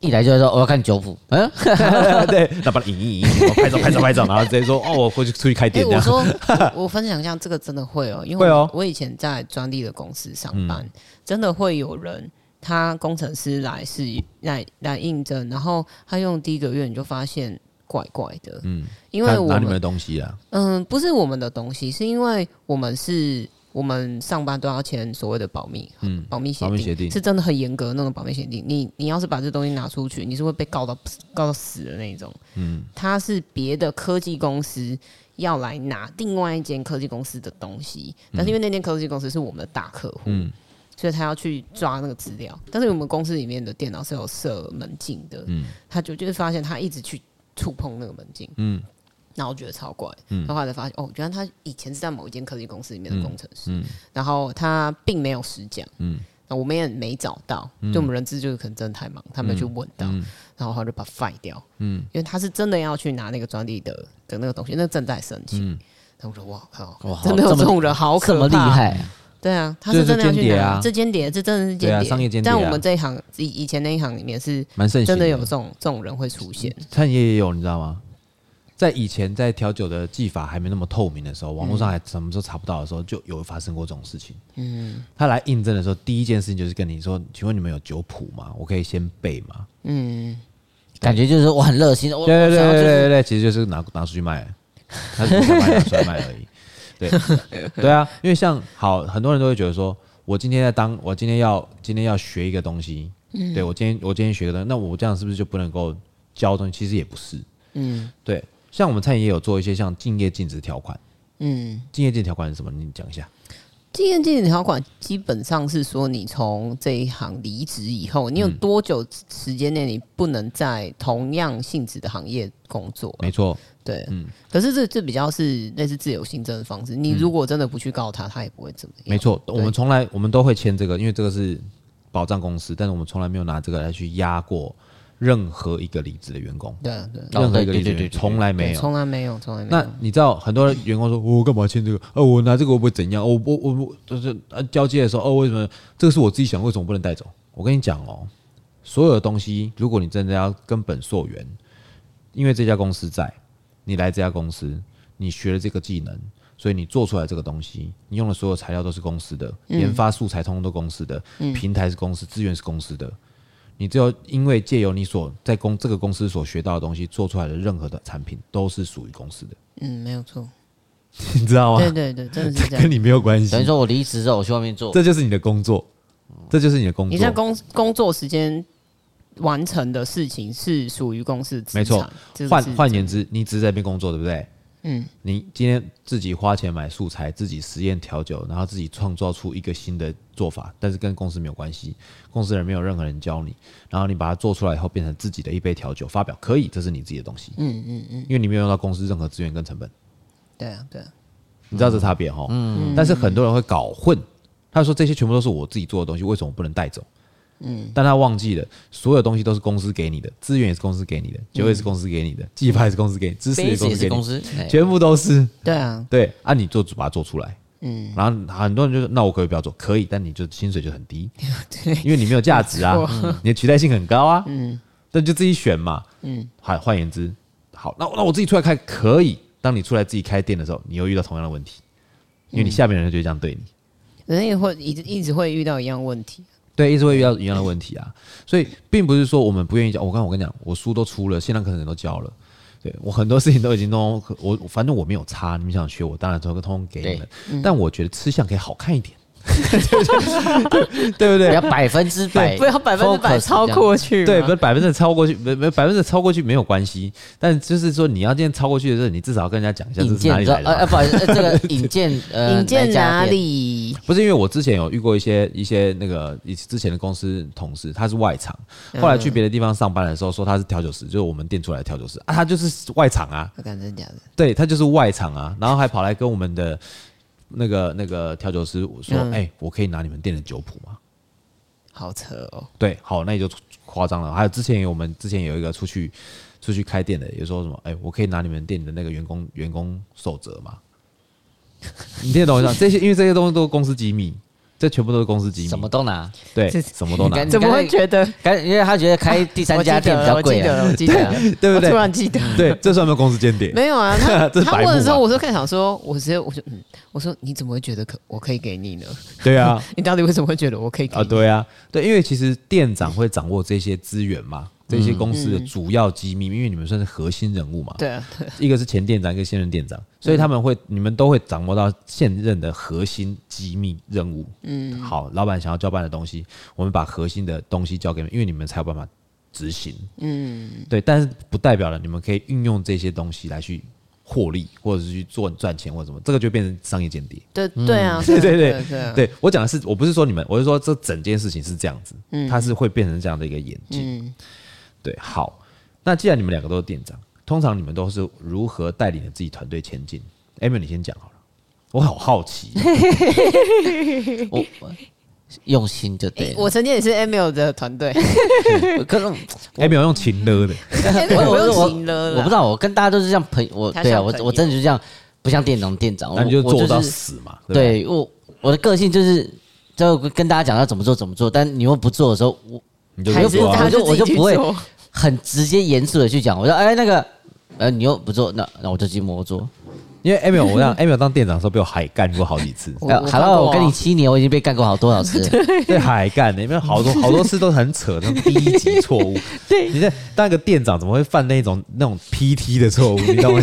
[SPEAKER 3] 一来就说我要看九府，嗯，
[SPEAKER 1] 对，那把它影一影，我拍照拍照拍照，然后直接说哦， 我回去出去开
[SPEAKER 2] 哎、
[SPEAKER 1] 店这
[SPEAKER 2] 我
[SPEAKER 1] 样。
[SPEAKER 2] 说 我我分享一下，这个真的会哦，因为
[SPEAKER 1] 啊会
[SPEAKER 2] 我,、
[SPEAKER 1] 哦嗯
[SPEAKER 2] 我以前在专利的公司上班，真的会有人他工程师来试来来应征，然后他用第一个月你就发现怪怪的，嗯，因为
[SPEAKER 1] 看
[SPEAKER 2] 我
[SPEAKER 1] 拿你们
[SPEAKER 2] 们
[SPEAKER 1] 的东西啊，
[SPEAKER 2] 嗯，不是我们的东西，是因为我们是我们上班都要签所谓的保密，嗯，保密协
[SPEAKER 1] 保
[SPEAKER 2] 定，
[SPEAKER 1] 密协定
[SPEAKER 2] 是真的很严格的那种保密协定。你你要是把这东西拿出去，你是会被告到告到死的那一种。嗯，它是别的科技公司要来
[SPEAKER 1] 嗯
[SPEAKER 2] 拿另外一间科技公司的东西，但是因为那间科技公司是我们的大客户，所以他要去抓那个资料。但是我们公司里面的电脑是有设门禁的，
[SPEAKER 1] 嗯
[SPEAKER 2] 他就就是发现他一直去触碰那个门禁，
[SPEAKER 1] 嗯
[SPEAKER 2] 然后我觉得超怪，
[SPEAKER 1] 嗯
[SPEAKER 2] 然后后来才发现哦，原来他以前是在某一间科技公司里面
[SPEAKER 1] 嗯
[SPEAKER 2] 的工程师，
[SPEAKER 1] 嗯
[SPEAKER 2] 然后他并没有实讲，
[SPEAKER 1] 嗯
[SPEAKER 2] 那我们也没找到，就我们人资就是可能真的太忙，他没有去问到，
[SPEAKER 1] 嗯
[SPEAKER 2] 然后他就把它 fire 掉，
[SPEAKER 1] 嗯
[SPEAKER 2] 因为他是真的要去拿那个专利的的那个东西，那正在申请。
[SPEAKER 1] 嗯，
[SPEAKER 2] 然后我说哇靠，
[SPEAKER 3] 哇好
[SPEAKER 2] 真的有
[SPEAKER 3] 这么
[SPEAKER 2] 这种人，好
[SPEAKER 3] 这
[SPEAKER 2] 可怕，
[SPEAKER 3] 么厉！害啊，
[SPEAKER 2] 对啊，他
[SPEAKER 1] 这
[SPEAKER 2] 是
[SPEAKER 1] 是
[SPEAKER 2] 真的要
[SPEAKER 1] 间
[SPEAKER 2] 去
[SPEAKER 1] 谍
[SPEAKER 2] 拿
[SPEAKER 1] 啊
[SPEAKER 2] 这间谍，这真的是间
[SPEAKER 1] 对啊
[SPEAKER 2] 谍，
[SPEAKER 1] 商业间谍啊
[SPEAKER 2] 但我们这一行以以前那一行里面是
[SPEAKER 1] 蛮盛行
[SPEAKER 2] 真的有这种这种人会出现，
[SPEAKER 1] 餐业也有，你知道吗？在以前，在调酒的技法还没那么透明的时候，网络上还什么都查不到的时候，就有发生过这种事情。嗯，他来印证的时候，第一件事情就是跟你说：“请问你们有酒谱吗？我可以先备吗
[SPEAKER 2] 嗯，
[SPEAKER 3] 感觉就是我很热心，我？”
[SPEAKER 1] 对对
[SPEAKER 3] 我
[SPEAKER 1] 对
[SPEAKER 3] 想要
[SPEAKER 1] 对
[SPEAKER 3] 就是
[SPEAKER 1] 对对，其实就是拿拿出去 卖，他只是想把它拿出来卖而已。对对啊，因为像好很多人都会觉得说，我今天在当我今天要今天要学一个东西，
[SPEAKER 3] 嗯
[SPEAKER 1] 对我今天我今天学个东西，那我这样是不是就不能够教东西？其实也不是，嗯，对，像我们餐饮也有做一些像竞业禁止条款，嗯，竞业禁止条款是什么？你讲一下。
[SPEAKER 2] 经验禁止条款基本上是说，你从这一行离职以后，你有多久时间内你不能在同样性质的行业工作？
[SPEAKER 1] 没嗯错，
[SPEAKER 2] 对，可是这这比较是类似自由行政的方式。你如果真的不去告他，他也不会怎么样。
[SPEAKER 1] 没错，
[SPEAKER 2] 对
[SPEAKER 1] 我们从来我们都会签这个，因为这个是保障公司，但是我们从来没有拿这个来去压过任何一个离职的员工，
[SPEAKER 2] 对啊对
[SPEAKER 3] 哦
[SPEAKER 1] 任何一个离
[SPEAKER 3] 对
[SPEAKER 1] 职
[SPEAKER 3] 对
[SPEAKER 1] 员工
[SPEAKER 3] 对对对
[SPEAKER 1] 从来没
[SPEAKER 2] 对，
[SPEAKER 1] 有。
[SPEAKER 2] 从来没有，从来没
[SPEAKER 1] 那
[SPEAKER 2] 有。
[SPEAKER 1] 你知道很多员工说，哦我干嘛签这个？哦，我拿这个会不会怎样？哦我我我我就是呃交接的时候，哦，为什么这个是我自己想，为什么不能带走？我跟你讲哦，所有的东西，如果你真的要根本溯源，因为这家公司在，你来这家公司，你学了这个技能。所以你做出来这个东西，你用的所有材料都是公司的，研发素材通通都公司的，平台是公司，资源是公司的。你只有因为借由你所在公这个公司所学到的东西，做出来的任何的产品都是属于公司的。
[SPEAKER 2] 嗯，没有错。
[SPEAKER 1] 你知道吗？
[SPEAKER 2] 对对对，真的是这
[SPEAKER 4] 跟
[SPEAKER 2] 样。
[SPEAKER 4] 你没有关
[SPEAKER 3] 等于
[SPEAKER 4] 系，
[SPEAKER 3] 说我离职之后我去外面做，
[SPEAKER 1] 这就是你的工作，这就是你的工
[SPEAKER 2] 你在
[SPEAKER 1] 作。
[SPEAKER 2] 工工作时间完成的事情是属于公司的资
[SPEAKER 1] 没错
[SPEAKER 2] 产，这个
[SPEAKER 1] 换
[SPEAKER 2] 是
[SPEAKER 1] 换言之，你只是在那边工作，对不对？嗯，你今天自己花钱买素材，自己实验调酒，然后自己创造出一个新的做法，但是跟公司没有关系，公司人没有任何人教你，然后你把它做出来以后变成自己的一杯调酒发表，可以，这是你自己的东西。嗯嗯嗯，因为你没有用到公司任何资源跟成本。
[SPEAKER 2] 对啊对啊，
[SPEAKER 1] 你知道这差别哈，但是很多人会搞混，他说这些全部都是我自己做的东西，为什么不能带走？嗯，但他忘记了，所有东西都是公司给你的，资源也是公司给你的，酒也是公司给你的，技法也是公司给你，知嗯识也
[SPEAKER 3] 杯
[SPEAKER 1] 是
[SPEAKER 3] 子
[SPEAKER 1] 公
[SPEAKER 3] 也
[SPEAKER 1] 司
[SPEAKER 3] 是
[SPEAKER 1] 给
[SPEAKER 3] 公
[SPEAKER 1] 你，
[SPEAKER 3] 司，哎
[SPEAKER 1] 全部都是
[SPEAKER 2] 对啊，
[SPEAKER 1] 对，按你做主把它做出来。嗯，然后很多人就是，那我可不可以不要做？可以，但你就薪水就很 低，因为你没有价值啊
[SPEAKER 2] 没，
[SPEAKER 1] 嗯你的期待性很高啊，嗯，但就自己选嘛，嗯，换换言之，好，那那我自己出来开可以，当你出来自己开店的时候，你又遇到同样的问题，因为你下面的人就会这样对你，
[SPEAKER 2] 人也会一直一直会遇到一样问题。
[SPEAKER 1] 对，一直会遇到一样的问题啊，所以并不是说我们不愿意讲，我刚我跟你讲，我书都出了，线上课程都教了。对我很多事情都已经弄，我反正我没有差，你们想学我，当然通通通给你们。但我觉得吃相可以好看一点，对不对
[SPEAKER 3] 不？要百分之百，
[SPEAKER 2] 不要百分之百
[SPEAKER 3] focus
[SPEAKER 2] 超
[SPEAKER 3] 这样。
[SPEAKER 2] 过去嘛。
[SPEAKER 1] 对，不是百分之超过去，没没百分之超过去没有关系，但就是说你要今天超过去的时候，你至少要跟人家讲一下这
[SPEAKER 3] 引
[SPEAKER 1] 是哪
[SPEAKER 3] 荐，
[SPEAKER 1] 里
[SPEAKER 3] 知道？
[SPEAKER 1] 来的
[SPEAKER 3] 呃，
[SPEAKER 1] 嘛。
[SPEAKER 3] 呃不好意思，呃 这个引 荐，呃，
[SPEAKER 2] 引荐
[SPEAKER 3] 哪一家
[SPEAKER 2] 哪
[SPEAKER 3] 店？
[SPEAKER 2] 里？
[SPEAKER 1] 不是因为我之前有遇过一些一些那个以之前的公司同事，他是外场，后来去别的地方上班的时候说他是调酒师，就是我们店出来的调酒师啊，他就是外场啊，
[SPEAKER 2] 我看真假的，
[SPEAKER 1] 对他就是外场啊，然后还跑来跟我们的那个那个调酒师说，哎、
[SPEAKER 2] 嗯
[SPEAKER 1] 我可以拿你们店的酒谱吗？
[SPEAKER 2] 好扯哦。
[SPEAKER 1] 对，好，那也就夸张了。还有之前有我们之前有一个出去出去开店的，也说什么，哎、我可以拿你们店里的那个员工员工守则吗？你听得懂我意思吗？这些因为这些东西都是公司机密，这全部都是公司机密，
[SPEAKER 3] 什么都拿，
[SPEAKER 1] 对，
[SPEAKER 2] 这
[SPEAKER 1] 什么都拿
[SPEAKER 3] 你，看
[SPEAKER 2] 怎么会觉得
[SPEAKER 3] 刚因为他觉得 开第三家店比较贵啊，
[SPEAKER 2] 我记得了，我记得了，我记得了
[SPEAKER 1] 对不
[SPEAKER 2] 我突
[SPEAKER 1] 对？
[SPEAKER 2] 然记得，
[SPEAKER 1] 对，这算不算公司间谍？
[SPEAKER 2] 没有啊。他
[SPEAKER 1] 这是
[SPEAKER 2] 他
[SPEAKER 1] 白目
[SPEAKER 2] 问的时
[SPEAKER 1] 吧
[SPEAKER 2] 候，我就看想说，我直接我就嗯，我说你怎么会觉得可我可以给你呢？
[SPEAKER 1] 对啊，
[SPEAKER 2] 你到底为什么会觉得我可以给
[SPEAKER 1] 啊，
[SPEAKER 2] 你？
[SPEAKER 1] 对啊，对，因为其实店长会掌握这些资源嘛，这
[SPEAKER 2] 嗯
[SPEAKER 1] 些公司的主要机密，因为你们算是核心人物嘛，
[SPEAKER 2] 对啊，对啊
[SPEAKER 1] 一个是前店长，一个现任店长，所以他们会，你们都会掌握到现任的核心机密任务。嗯，好，老板想要交办的东西，我们把核心的东西交给你们，因为你们才有办法执行。嗯，对，但是不代表了你们可以运用这些东西来去获利，或者是去做赚钱或者什么，这个就变成商业间谍。
[SPEAKER 2] 对对 啊，
[SPEAKER 1] 对对
[SPEAKER 2] 对
[SPEAKER 1] 对
[SPEAKER 2] 啊对啊，
[SPEAKER 1] 对，我讲的是，我不是说你们，我是说这整件事情是这样子，它是会变成这样的一个演进。对，好，那既然你们两个都是店长，通常你们都是如何带领着自己团队前进？Amy，你先讲好了，我好好奇哦、
[SPEAKER 3] 我我用心就对
[SPEAKER 2] 诶
[SPEAKER 3] 了。
[SPEAKER 2] 哎我曾经也是 Emil 的团队，
[SPEAKER 3] 可是我
[SPEAKER 1] Amy 有用情勒的，
[SPEAKER 2] 哎我用情了啦，
[SPEAKER 3] 我不知道，我跟大家都是这样朋，我
[SPEAKER 2] 他
[SPEAKER 3] 对啊，
[SPEAKER 2] 像
[SPEAKER 3] 我
[SPEAKER 2] 朋友
[SPEAKER 3] 我真的就这样，不像店长店长，
[SPEAKER 1] 那你
[SPEAKER 3] 我
[SPEAKER 1] 就做
[SPEAKER 3] 我
[SPEAKER 1] 到
[SPEAKER 3] 是
[SPEAKER 1] 死嘛，对
[SPEAKER 3] 对我我的个性就是，就跟大家讲要怎么做怎么做，但你又不做的时候，我
[SPEAKER 1] 不对？你就
[SPEAKER 3] 还
[SPEAKER 1] 是
[SPEAKER 3] 是
[SPEAKER 1] 做啊
[SPEAKER 3] 他
[SPEAKER 2] 还是
[SPEAKER 3] 我就我就
[SPEAKER 2] 自己去
[SPEAKER 3] 不会
[SPEAKER 2] 做
[SPEAKER 3] 很直接严肃的去讲，我说哎那个，呃你又不做，那那我就去摸做。
[SPEAKER 1] 因为 Amy 我让 Amy 当店长的时候被我海干过好几次，
[SPEAKER 2] 我
[SPEAKER 3] 呃
[SPEAKER 2] 我看过
[SPEAKER 3] Hello，我
[SPEAKER 2] 啊
[SPEAKER 3] 跟你七年，我已经被干过好多少次了，
[SPEAKER 1] 被海干的，因为好多好多次都很扯，那种第一级错误。对，你在当一个店长怎么会犯那种那种 PT 的错误？你懂吗？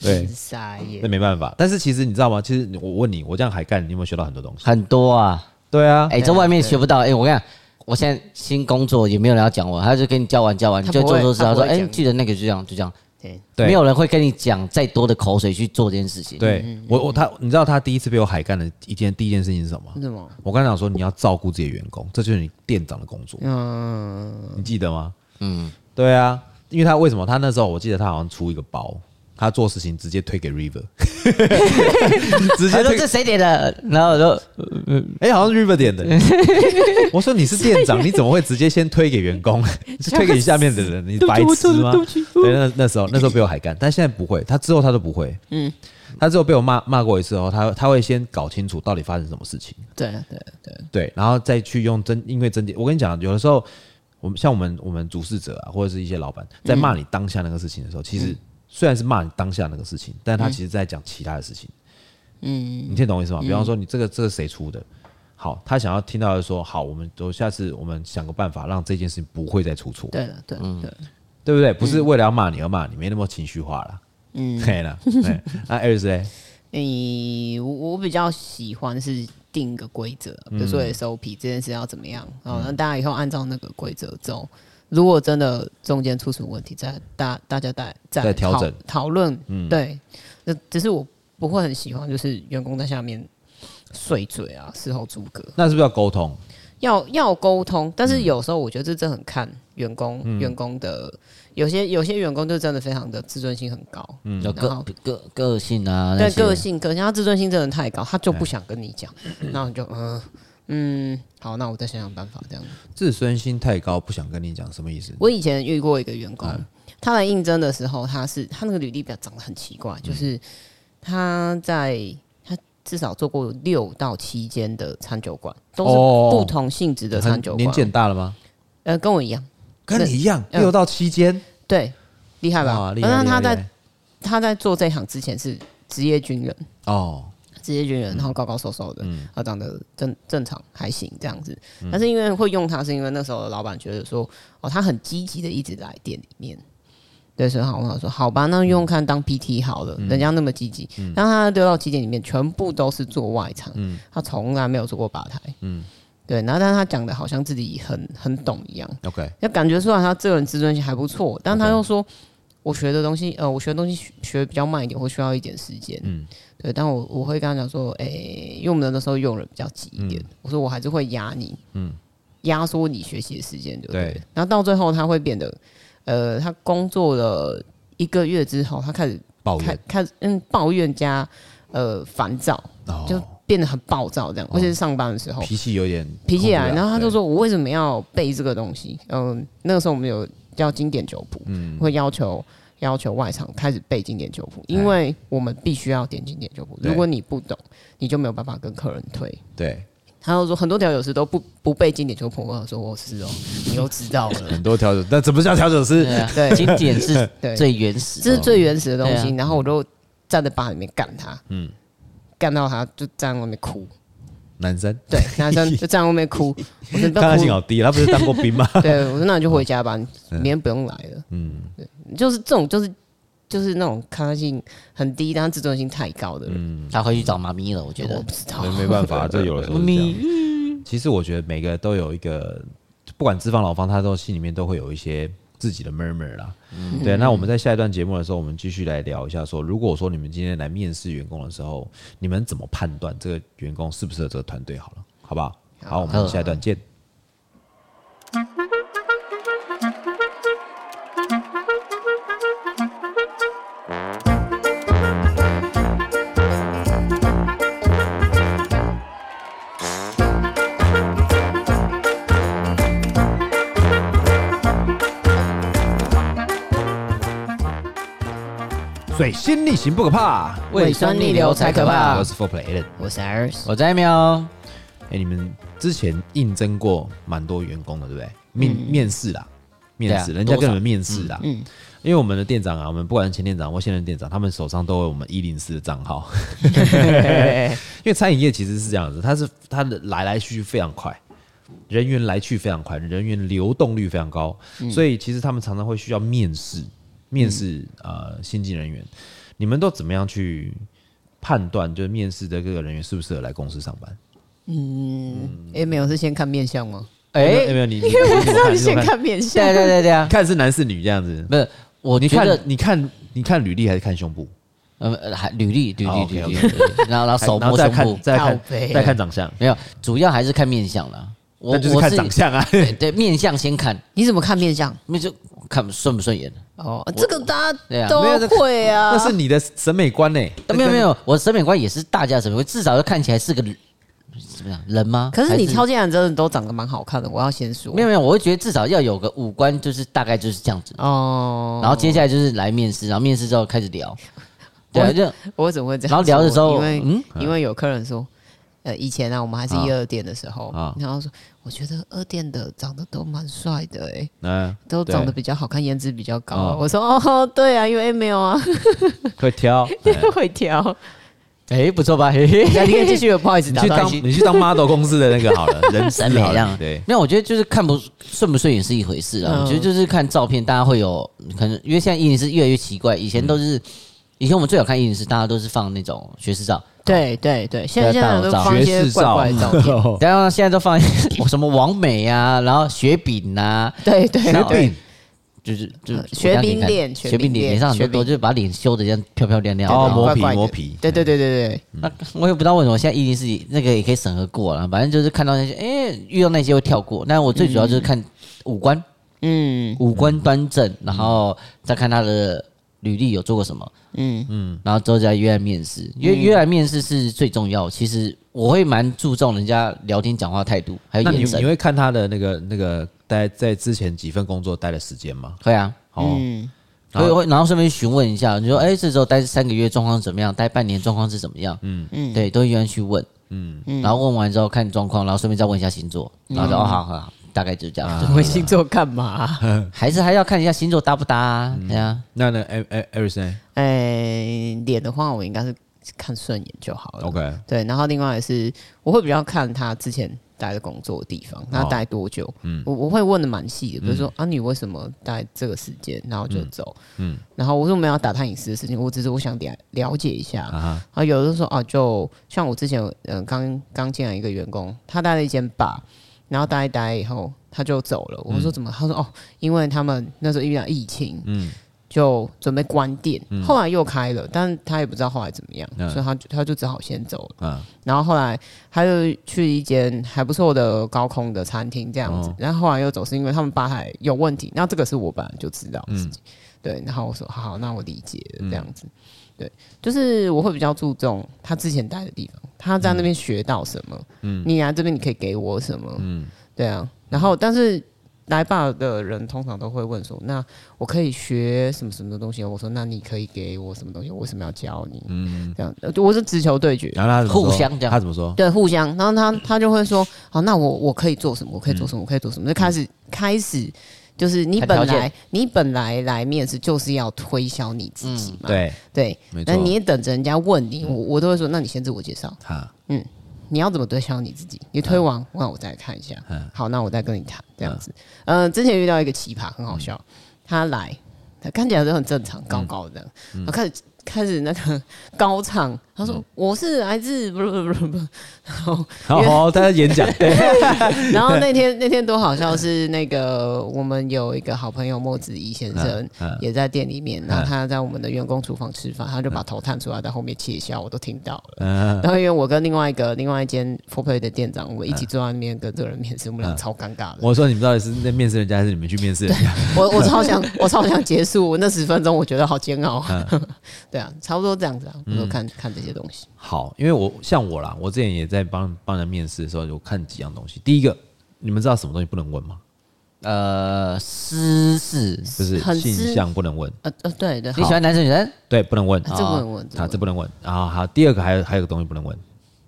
[SPEAKER 1] 对，
[SPEAKER 2] 傻眼
[SPEAKER 1] 那。没办法。但是其实你知道吗？其实我问你，我这样海干，你有没有学到很多东西？
[SPEAKER 3] 很多啊。
[SPEAKER 1] 对啊，
[SPEAKER 3] 哎，这外面学不到。哎，我跟你讲，我现在新工作也没有人要讲我，他就跟你教完教完，你
[SPEAKER 2] 他
[SPEAKER 3] 就
[SPEAKER 2] 不
[SPEAKER 3] 做
[SPEAKER 2] 会
[SPEAKER 3] 做知
[SPEAKER 2] 他
[SPEAKER 3] 道
[SPEAKER 2] 不
[SPEAKER 3] 说，
[SPEAKER 2] 会
[SPEAKER 3] 哎，
[SPEAKER 2] 讲
[SPEAKER 3] 记得那个就这样就这样，
[SPEAKER 2] 对，
[SPEAKER 1] 对
[SPEAKER 3] 没有人会跟你讲再多的口水去做这件事情。，
[SPEAKER 1] 对我我他，你知道他第一次被我海干的一件第一件事情是什么？
[SPEAKER 2] 是什么？
[SPEAKER 1] 我刚才讲说你要照顾自己的员工，这就是你店长的工作，
[SPEAKER 2] 嗯，
[SPEAKER 1] 你记得吗？嗯，对啊，因为他为什么他那时候我记得他好像出一个包，他做事情直接推给 River，直
[SPEAKER 3] 他
[SPEAKER 1] 接
[SPEAKER 3] 说
[SPEAKER 1] 推
[SPEAKER 3] 这谁点的？然后我就
[SPEAKER 1] 哎、好像是 River 点 的。我说你是啊店长，你怎么会直接先推给员 工，是推给你下面的人？你白痴吗？对，啊那那时候那时候被我海干，但现在不会，他之后他都不会。嗯，他之后被我骂骂过一次后，他他会先搞清楚到底发生什么事情，
[SPEAKER 2] 对啊对对，
[SPEAKER 1] 对，然后再去用真，因为真我跟你讲，有的时候我们像我们我们主事者啊，或者是一些老板在骂你当下那个事情的时候，其实虽然是骂你当下那个事情，但他其实在讲其他的事情。嗯，你听懂我意思吗？比方说你这个这个谁出的？好，他想要听到的说，好，我们都下次我们想个办法，让这件事情不会再出错，
[SPEAKER 2] 对了对啊对，
[SPEAKER 1] 对不对？不是为了要骂你而骂你，没那么情绪化啦。嗯，可以了。 嘿那艾瑞斯嘞？
[SPEAKER 2] 你我我比较喜欢是定一个规则，比如说 SOP 这件事要怎么样，哦，那大家以后按照那个规则走。如果真的中间出什么问题，再大大家再再
[SPEAKER 1] 再
[SPEAKER 2] 来
[SPEAKER 1] 调
[SPEAKER 2] 讨
[SPEAKER 1] 整
[SPEAKER 2] 讨论，对。那只是我不会很喜欢，就是员工在下面碎嘴啊，事后诸葛，
[SPEAKER 1] 那是不是要沟通？
[SPEAKER 2] 要要沟通，但是有时候我觉得这真的很看员工，员工的有些有些员工就真的非常的自尊心很高，嗯，
[SPEAKER 3] 有
[SPEAKER 2] 然
[SPEAKER 3] 个
[SPEAKER 2] 后
[SPEAKER 3] 个个性啊，那
[SPEAKER 2] 对
[SPEAKER 3] 些
[SPEAKER 2] 个性，个性他自尊心真的太高，他就不想跟你讲，那你就嗯嗯，好，那我再想想办法这样。
[SPEAKER 1] 自尊心太高，不想跟你讲，什么意思？
[SPEAKER 2] 我以前遇过一个员
[SPEAKER 1] 嗯
[SPEAKER 2] 工，他来应征的时候，他是他那个履历表长得很奇
[SPEAKER 1] 嗯
[SPEAKER 2] 怪，就是他在他至少做过六到七间的餐酒馆，都是
[SPEAKER 1] 哦
[SPEAKER 2] 不同性质的餐
[SPEAKER 1] 很
[SPEAKER 2] 酒
[SPEAKER 1] 年纪
[SPEAKER 2] 馆，
[SPEAKER 1] 很大了吗？
[SPEAKER 2] 呃，跟我一样。
[SPEAKER 1] 跟你一样，
[SPEAKER 2] 嗯
[SPEAKER 1] 六到七间，
[SPEAKER 2] 对，厉害吧
[SPEAKER 1] 哇？厉害
[SPEAKER 2] 那他
[SPEAKER 1] 厉害厉
[SPEAKER 2] 在他在做这行之前是职业军人，
[SPEAKER 1] 哦，
[SPEAKER 2] 职业军人，然后高高瘦瘦的，然后长得正正常还行这样子。但是因为会用他，是因为那时候的老板觉得说，哦，他很积极的一直来店里面。对，所以好，我想说，好吧，那用看当 PT 好了，人家那么积极，但他丢到旗舰里面，全部都是做外场，他从来没有做过吧台，嗯，对，然后但是他讲的好像自己很很懂一样，
[SPEAKER 1] OK，
[SPEAKER 2] 要感觉出来他这个人自尊心还不错，但他又说我学的东西，呃，我学的东西学学得比较慢一点，会需要一点时间。嗯，对，但我我会跟他讲说，诶、因为我们那时候用人比较急一点，我说我还是会压你，嗯，压缩你学习的时间，对不对？
[SPEAKER 1] 对
[SPEAKER 2] 然后到最后他会变得，呃，他工作了一个月之后，他开始
[SPEAKER 1] 抱
[SPEAKER 2] 开
[SPEAKER 1] 怨
[SPEAKER 2] 开始嗯抱怨加呃烦躁，
[SPEAKER 1] 哦，
[SPEAKER 2] 就变得很暴躁这样，而且是上班的时候。
[SPEAKER 1] 脾气有点
[SPEAKER 2] 脾气来，
[SPEAKER 1] 控制不了
[SPEAKER 2] 啊然后他就
[SPEAKER 1] 对
[SPEAKER 2] 说：“我为什么要背这个东西？”嗯，那个时候我们有叫经典酒谱，
[SPEAKER 1] 嗯
[SPEAKER 2] 会要求要求外场开始背经典酒谱，因为我们必须要点经典酒谱。
[SPEAKER 1] 哎对
[SPEAKER 2] 如果你不懂，你就没有办法跟客人推。
[SPEAKER 1] 对
[SPEAKER 2] 他就说很多调酒师都不不背经典酒谱，我说我是哦，你都知道了，
[SPEAKER 1] 很多调整，但怎么叫调整是
[SPEAKER 3] 对啊
[SPEAKER 2] 对
[SPEAKER 3] 经典是
[SPEAKER 2] 对
[SPEAKER 3] 最原始的，
[SPEAKER 2] 这是最原始的东
[SPEAKER 3] 对
[SPEAKER 1] 啊
[SPEAKER 2] 西。然后我就站在吧里面干他，嗯，干到他就站在外面哭，
[SPEAKER 1] 男生，
[SPEAKER 2] 对，男生就站在外面哭，我说你不
[SPEAKER 1] 抗
[SPEAKER 2] 要
[SPEAKER 1] 压
[SPEAKER 2] 哭
[SPEAKER 1] 性好低，他不是当过兵 吗？
[SPEAKER 2] 对，我说那你就回家吧，你明天不用来了。嗯，对，就是这种，就是就是那种抗压性很低，但他自尊心太高的人，
[SPEAKER 3] 他回去找妈咪了，我觉
[SPEAKER 2] 我
[SPEAKER 3] 得
[SPEAKER 2] 不知道
[SPEAKER 1] 没。没办法，这有的时候是这样。其实我觉得每个都有一个，不管资方劳方，他都心里面都会有一些自己的 murmur 啦。
[SPEAKER 2] 嗯
[SPEAKER 1] 对，那我们在下一段节目的时候，我们继续来聊一下说，如果说你们今天来面试员工的时候，你们怎么判断这个员工适不适合这个团队？好了，好不好？好，我们下一段见。水星逆行不可怕，
[SPEAKER 2] 胃酸逆流才可怕
[SPEAKER 1] 我是 For Play Allen。
[SPEAKER 2] 我是 Iris，
[SPEAKER 3] 我在 喵，
[SPEAKER 1] 哎、你们之前应征过蛮多员工的，对不对？面、面试啦，面试，
[SPEAKER 3] 对啊
[SPEAKER 1] 人家
[SPEAKER 3] 多
[SPEAKER 1] 跟你
[SPEAKER 3] 少
[SPEAKER 1] 们面试啦。嗯，因为我们的店长啊，我们不管是前店长或现任店长，他们手上都有我们一零四的账号。 因为餐饮业其实是这样子，它是它的来来去去非常快。人员来去非常快，人员流动率非常高，所以其实他们常常会需要面试，面试、呃新进人员，你们都怎么样去判断，就是面试的各个人员适不适合来公司上班？
[SPEAKER 2] 哎，没有是先看面相吗？
[SPEAKER 3] 哎、
[SPEAKER 1] 哎、有没有你， 你
[SPEAKER 2] 我
[SPEAKER 1] 你
[SPEAKER 2] 知
[SPEAKER 1] 怎么
[SPEAKER 2] 道
[SPEAKER 1] 看
[SPEAKER 2] 你
[SPEAKER 1] 你怎
[SPEAKER 2] 先
[SPEAKER 1] 么看
[SPEAKER 2] 看面相
[SPEAKER 3] 对，对对对啊，
[SPEAKER 1] 看是男是女这样子？
[SPEAKER 3] 不是，我
[SPEAKER 1] 你
[SPEAKER 3] 觉
[SPEAKER 1] 看
[SPEAKER 3] 得，
[SPEAKER 1] 你看，你看履历还是看胸部？
[SPEAKER 3] 呃，呃还履历履
[SPEAKER 1] 哦
[SPEAKER 3] 历履历，
[SPEAKER 1] ，OK，OK
[SPEAKER 3] 履历然后然后手
[SPEAKER 1] 然后
[SPEAKER 3] 摸
[SPEAKER 1] 再
[SPEAKER 3] 胸
[SPEAKER 1] 看，
[SPEAKER 3] 部，
[SPEAKER 1] 再
[SPEAKER 2] 靠
[SPEAKER 1] 看，
[SPEAKER 2] 背
[SPEAKER 1] 再看长相，
[SPEAKER 3] 没有，主要还是看面相啦。我
[SPEAKER 1] 那就是
[SPEAKER 3] 我
[SPEAKER 1] 看
[SPEAKER 3] 是
[SPEAKER 1] 长相啊。
[SPEAKER 3] 对对面相先看，
[SPEAKER 2] 你怎么看面相？
[SPEAKER 3] 那就看顺不顺眼。
[SPEAKER 2] 哦，这个大
[SPEAKER 3] 对
[SPEAKER 2] 家
[SPEAKER 3] 啊
[SPEAKER 2] 都
[SPEAKER 1] 没有这
[SPEAKER 2] 会啊
[SPEAKER 1] 那。是你的审美观呢、
[SPEAKER 3] 呃没有没有，我的审美观也是大家的审美观，至少要看起来是个怎么样人吗？
[SPEAKER 2] 可是你
[SPEAKER 3] 还
[SPEAKER 2] 挑进来的真的都长得蛮好看的，我要先说
[SPEAKER 3] 没。有没有，我会觉得至少要有个五官，就是大概就是这样子。
[SPEAKER 2] 哦，
[SPEAKER 3] 然后接下来就是来面试，然后面试之后开始聊，对啊，
[SPEAKER 2] 我
[SPEAKER 3] 就
[SPEAKER 2] 我怎么会这样说？
[SPEAKER 3] 然后聊的时候
[SPEAKER 2] 因为、
[SPEAKER 3] 嗯
[SPEAKER 2] 因为有客人说，呃，以前啊，我们还是
[SPEAKER 1] 啊
[SPEAKER 2] 一二店的时候，
[SPEAKER 1] 啊
[SPEAKER 2] 然后说，我觉得二店的长得都蛮帅的、欸，
[SPEAKER 1] 嗯，
[SPEAKER 2] 都
[SPEAKER 1] 对
[SPEAKER 2] 长得比较好看，颜值比较高、
[SPEAKER 1] 哦
[SPEAKER 2] 我说哦，对啊，因为没有啊，
[SPEAKER 1] 会 挑。哎
[SPEAKER 2] 会挑。
[SPEAKER 3] 哎不错吧？嘿 嘿
[SPEAKER 2] 那你可以继续，不好意思，
[SPEAKER 1] 你
[SPEAKER 2] 打
[SPEAKER 1] 去
[SPEAKER 2] 断
[SPEAKER 1] 当
[SPEAKER 2] 你。
[SPEAKER 1] 你去当 model 公司的那个好 了，人事
[SPEAKER 3] 审美
[SPEAKER 1] 好
[SPEAKER 3] 这
[SPEAKER 1] 了
[SPEAKER 3] 样
[SPEAKER 1] 对，
[SPEAKER 3] 没有，我觉得就是看不顺不顺眼是一回事啊。
[SPEAKER 2] 嗯
[SPEAKER 3] 我觉得就是看照片，大家会有可能，因为现在一零是越来越奇怪，以前都是。以前我们最好看一零是大家都是放那种学士照，
[SPEAKER 2] 对对对，现在
[SPEAKER 3] 不
[SPEAKER 2] 现
[SPEAKER 3] 要大
[SPEAKER 2] 在都
[SPEAKER 3] 老照
[SPEAKER 2] 放一些怪怪的照 片。
[SPEAKER 3] 然后现在都放 什么王美啊，然后雪饼啊，
[SPEAKER 2] 对对
[SPEAKER 1] 雪
[SPEAKER 2] 对，
[SPEAKER 1] 饼
[SPEAKER 3] 就是就
[SPEAKER 2] 呃
[SPEAKER 3] 是
[SPEAKER 2] 雪饼脸
[SPEAKER 3] 雪
[SPEAKER 2] 雪
[SPEAKER 3] 饼
[SPEAKER 2] 饼
[SPEAKER 3] 脸脸
[SPEAKER 2] 脸
[SPEAKER 3] 上很多
[SPEAKER 2] 雪饼
[SPEAKER 3] 多，就是把脸修的这样漂漂亮亮的。
[SPEAKER 1] 哦
[SPEAKER 3] 然后
[SPEAKER 1] 磨
[SPEAKER 2] 怪
[SPEAKER 1] 皮
[SPEAKER 2] 怪的
[SPEAKER 1] 磨皮
[SPEAKER 2] 对对对对对，
[SPEAKER 1] 嗯
[SPEAKER 3] 那我也不知道为什么现在一零四那个也可以审核过了，反正就是看到那些，哎、遇到那些会跳过。但我最主要就是看五官，
[SPEAKER 2] 嗯
[SPEAKER 3] 五官端正，然后再看他的履历有做过什么，
[SPEAKER 2] 嗯嗯
[SPEAKER 3] 然后之后再约来面试。
[SPEAKER 1] 嗯
[SPEAKER 3] 因为约来面试是最重要，其实我会蛮注重人家聊天讲话态度，还有
[SPEAKER 1] 那你
[SPEAKER 3] 眼
[SPEAKER 1] 你
[SPEAKER 3] 神。
[SPEAKER 1] 会看他的那个那个待在之前几份工作待的时间吗？
[SPEAKER 3] 会啊，
[SPEAKER 1] 哦，
[SPEAKER 2] 嗯，
[SPEAKER 1] 然
[SPEAKER 3] 所
[SPEAKER 1] 后
[SPEAKER 3] 以会然后顺便询问一下，
[SPEAKER 1] 嗯
[SPEAKER 3] 你说，哎、这时候待三个月状况怎么样？待半年状况是怎么样？嗯嗯，对，都会愿意去问。嗯，然后问完之后看状况，然后顺便再问一下星座，
[SPEAKER 1] 嗯
[SPEAKER 3] 然后就、哦好好好，大概就是这
[SPEAKER 1] 啊
[SPEAKER 3] 样。
[SPEAKER 2] 我星座干嘛？
[SPEAKER 3] 还是还要看一下星座搭不搭、啊，
[SPEAKER 1] 嗯
[SPEAKER 3] 对啊。
[SPEAKER 1] 那那艾艾艾瑞森
[SPEAKER 2] 哎，脸的话，我应该是看顺眼就好了。
[SPEAKER 1] ，OK，
[SPEAKER 2] 对，然后另外也是我会比较看他之前待的工作的地方，他待多久，我我会问的蛮细的，比如说、啊，你为什么待这个时间，然后就走，嗯，然后我说没有要打探隐私的事情，我只是我想了了解一下，
[SPEAKER 1] 啊哈，
[SPEAKER 2] 然后有的时候啊，就像我之前嗯刚刚进来一个员工，他待了一间吧，然后待一待以后他就走了，我说怎么？他说哦，因为他们那时候遇到疫情，
[SPEAKER 1] 嗯
[SPEAKER 2] 就准备关店，后来又开了，但他也不知道后来怎么样，
[SPEAKER 1] 嗯
[SPEAKER 2] 所以他就他就只好先走了。
[SPEAKER 1] 啊，
[SPEAKER 2] 然后后来他就去一间还不错的高空的餐厅这样子，
[SPEAKER 1] 哦
[SPEAKER 2] 然后后来又走是因为他们吧台有问题，那这个是我本来就知道的
[SPEAKER 1] 嗯
[SPEAKER 2] 事情，对，然后我说好好，那我理解了这样子，对，就是我会比较注重他之前待的地方，他
[SPEAKER 1] 嗯
[SPEAKER 2] 在那边学到什么，嗯，你来这边你可以给我什么，嗯，对啊，然后但是。来吧的人通常都会问说：“那我可以学什么什么东西？”我说：“那你可以给我什么东西？我为什么要教你？”嗯，这样，呃我是直球对决。
[SPEAKER 1] 然后他怎么说
[SPEAKER 3] 互相这样
[SPEAKER 1] 他怎么说？
[SPEAKER 2] 对，互相。然后他他就会说，好，那我我可以做什么？我可以做什么？我可以做什么？就开始开始就是你
[SPEAKER 3] 谈
[SPEAKER 2] 本
[SPEAKER 3] 条件
[SPEAKER 2] 来你本来来面试就是要推销你自己嘛，
[SPEAKER 1] 嗯对，
[SPEAKER 2] 对
[SPEAKER 1] 没错
[SPEAKER 2] 那你也等着人家问你，我我都会说，那你先自我介绍，
[SPEAKER 1] 哈，
[SPEAKER 2] 你要怎么推销你自己？你
[SPEAKER 1] 嗯
[SPEAKER 2] 推完，那我再看一下。好，那我再跟你谈这样子。嗯、之前遇到一个奇葩，很
[SPEAKER 1] 嗯
[SPEAKER 2] 好笑，他
[SPEAKER 1] 嗯
[SPEAKER 2] 来，他看起来都很正常，高高的这样，然后开始开始那个高唱，他说我是来自不不不不，然后
[SPEAKER 1] 好好，大家演讲， 对，
[SPEAKER 2] 然后那天那天多好笑是那个我们有一个好朋友莫子怡先生
[SPEAKER 1] 嗯嗯
[SPEAKER 2] 也在店里面，然后他在我们的员工厨房吃饭，他就把头探出来在后面窃笑，我都听到了。
[SPEAKER 1] 嗯，
[SPEAKER 2] 然后因为我跟另外一个另外一间 f o p a y 的店长，我们一起坐在那边跟这个人面试，我们俩
[SPEAKER 1] 嗯
[SPEAKER 2] 超尴尬的。
[SPEAKER 1] 我说你们到底是在面试人家，还是你们去面试人家？
[SPEAKER 2] 我我超想我超想结束那十分钟，我觉得好煎熬。
[SPEAKER 1] 嗯
[SPEAKER 2] 对啊，差不多这样子啊，我就看、看这些东西。
[SPEAKER 1] 好，因为我像我啦，我之前也在帮帮人面试的时候，有看几样东西。第一个，你们知道什么东西不能问吗？
[SPEAKER 3] 呃，私事，
[SPEAKER 1] 就是
[SPEAKER 2] 很私
[SPEAKER 1] 性向不能问，
[SPEAKER 2] 呃呃，对对，
[SPEAKER 3] 你喜欢男生女生？
[SPEAKER 1] 对，不能问
[SPEAKER 2] 好啊这不能问
[SPEAKER 1] 啊，这
[SPEAKER 2] 这
[SPEAKER 1] 不能问啊。好，第二个还有还有个东西不能问，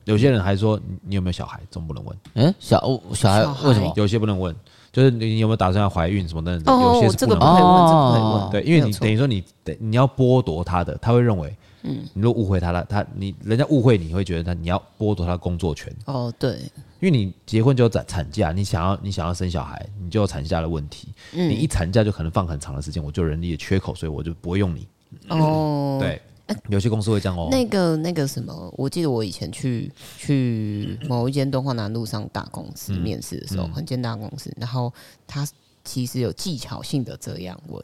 [SPEAKER 1] 有些人还说你你有没有小孩，这种不能问，哎
[SPEAKER 3] 嗯，小哦小孩
[SPEAKER 2] 小孩
[SPEAKER 3] 为什么？
[SPEAKER 1] 有些不能问，就是你有没有打算要怀孕什么等等的，有
[SPEAKER 2] 哦
[SPEAKER 1] 些，是
[SPEAKER 2] 这
[SPEAKER 1] 不
[SPEAKER 2] 个
[SPEAKER 1] 能
[SPEAKER 2] 不
[SPEAKER 1] 问
[SPEAKER 2] 可以
[SPEAKER 1] 的。
[SPEAKER 2] 问，
[SPEAKER 3] 哦
[SPEAKER 2] 这个不可以问。
[SPEAKER 1] 对，因为
[SPEAKER 2] 没有
[SPEAKER 1] 你
[SPEAKER 2] 错
[SPEAKER 1] 等于说你得你要剥夺他的，他会认为，嗯，你如果误会他了，他你人家误会你会觉得他你要剥夺他的工作权，
[SPEAKER 2] 哦，对，
[SPEAKER 1] 因为你结婚就有产产假，你想要你想要生小孩，你就有产假的问题。
[SPEAKER 2] 嗯
[SPEAKER 1] 你一产假就可能放很长的时间，我就有人力的缺口，所以我就不会用你。
[SPEAKER 2] 哦，。
[SPEAKER 1] 对，有些公司会这样哦。
[SPEAKER 2] 那个那个什么，我记得我以前去去某一间东华南路上大公司面试的时候，
[SPEAKER 1] 嗯
[SPEAKER 2] 很间大公司，然后他其实有技巧性的这样问，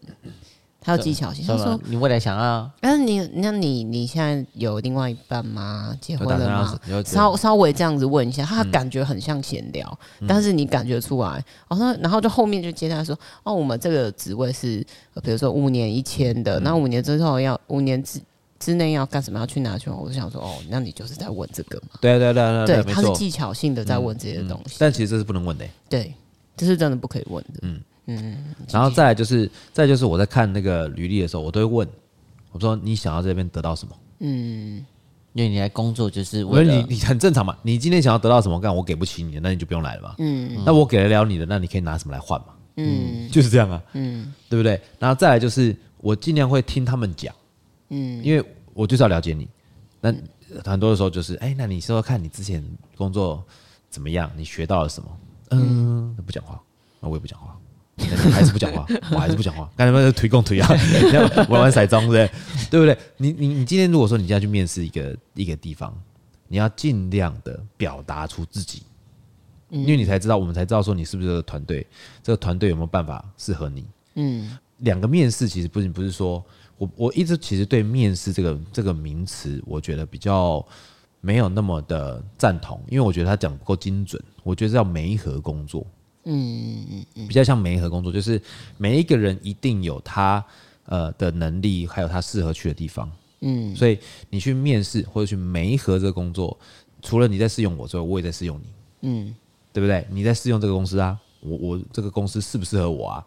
[SPEAKER 2] 他有技巧性，他
[SPEAKER 3] 什
[SPEAKER 2] 说
[SPEAKER 3] 么？你未来想要？
[SPEAKER 2] 但是你，那你你现在有另外一半吗？结婚
[SPEAKER 1] 有打
[SPEAKER 2] 了
[SPEAKER 1] 算
[SPEAKER 2] 吗
[SPEAKER 1] 要有？
[SPEAKER 2] 稍稍微这样子问一下，他感觉很像闲聊，但是你感觉出来，哦，那然后就后面就接他说，哦，我们这个职位是，呃比如说五年一千的，那五年之后要五年之之内要干什么，要去哪去玩？我就想说，哦，那你就是在问这个嘛？
[SPEAKER 1] 对对对
[SPEAKER 2] 对，
[SPEAKER 1] 没
[SPEAKER 2] 他是
[SPEAKER 1] 错。
[SPEAKER 2] 技巧性的在问这些东西，
[SPEAKER 1] 但其实这是不能问的欸。
[SPEAKER 2] 对，这是真的不可以问的。
[SPEAKER 1] 然后再来就是，再来就是我在看那个履历的时候，我都会问，我说你想要这边得到什么？
[SPEAKER 3] 因为你来工作就是
[SPEAKER 1] 我说
[SPEAKER 3] 为
[SPEAKER 1] 你
[SPEAKER 3] 了
[SPEAKER 1] 你很正常嘛，你今天想要得到什么干，我给不起你的，那你就不用来了嘛。嗯，那我给得了你的，那你可以拿什么来换嘛？嗯， 就是这样啊。嗯，对不对？然后再来就是，我尽量会听他们讲。嗯，因为我就是要了解你。那很多的时候就是，哎、那你说说看你之前工作怎么样？你学到了什么？嗯，不讲话，那我也不讲话。那你还是不讲话， 我还是不讲话，干什么推共推啊？ 你要玩玩骰盅，对不对？对不对？你你你今天如果说你要去面试一个一个地方，你要尽量的表达出自己，因为你才知道，我们才知道说你是不是这个团队，这个团队有没有办法适合你。嗯，两个面试其实不是不是说我我一直其实对面试这个这个名词，我觉得比较没有那么的赞同，因为我觉得他讲不够精准，我觉得叫媒合工作。比较像媒合工作，就是每一个人一定有他呃的能力，还有他适合去的地方。嗯，所以你去面试或者去媒合这个工作，除了你在试用我之外，我也在试用你。嗯，对不对？你在试用这个公司啊，我我这个公司适不适合我啊？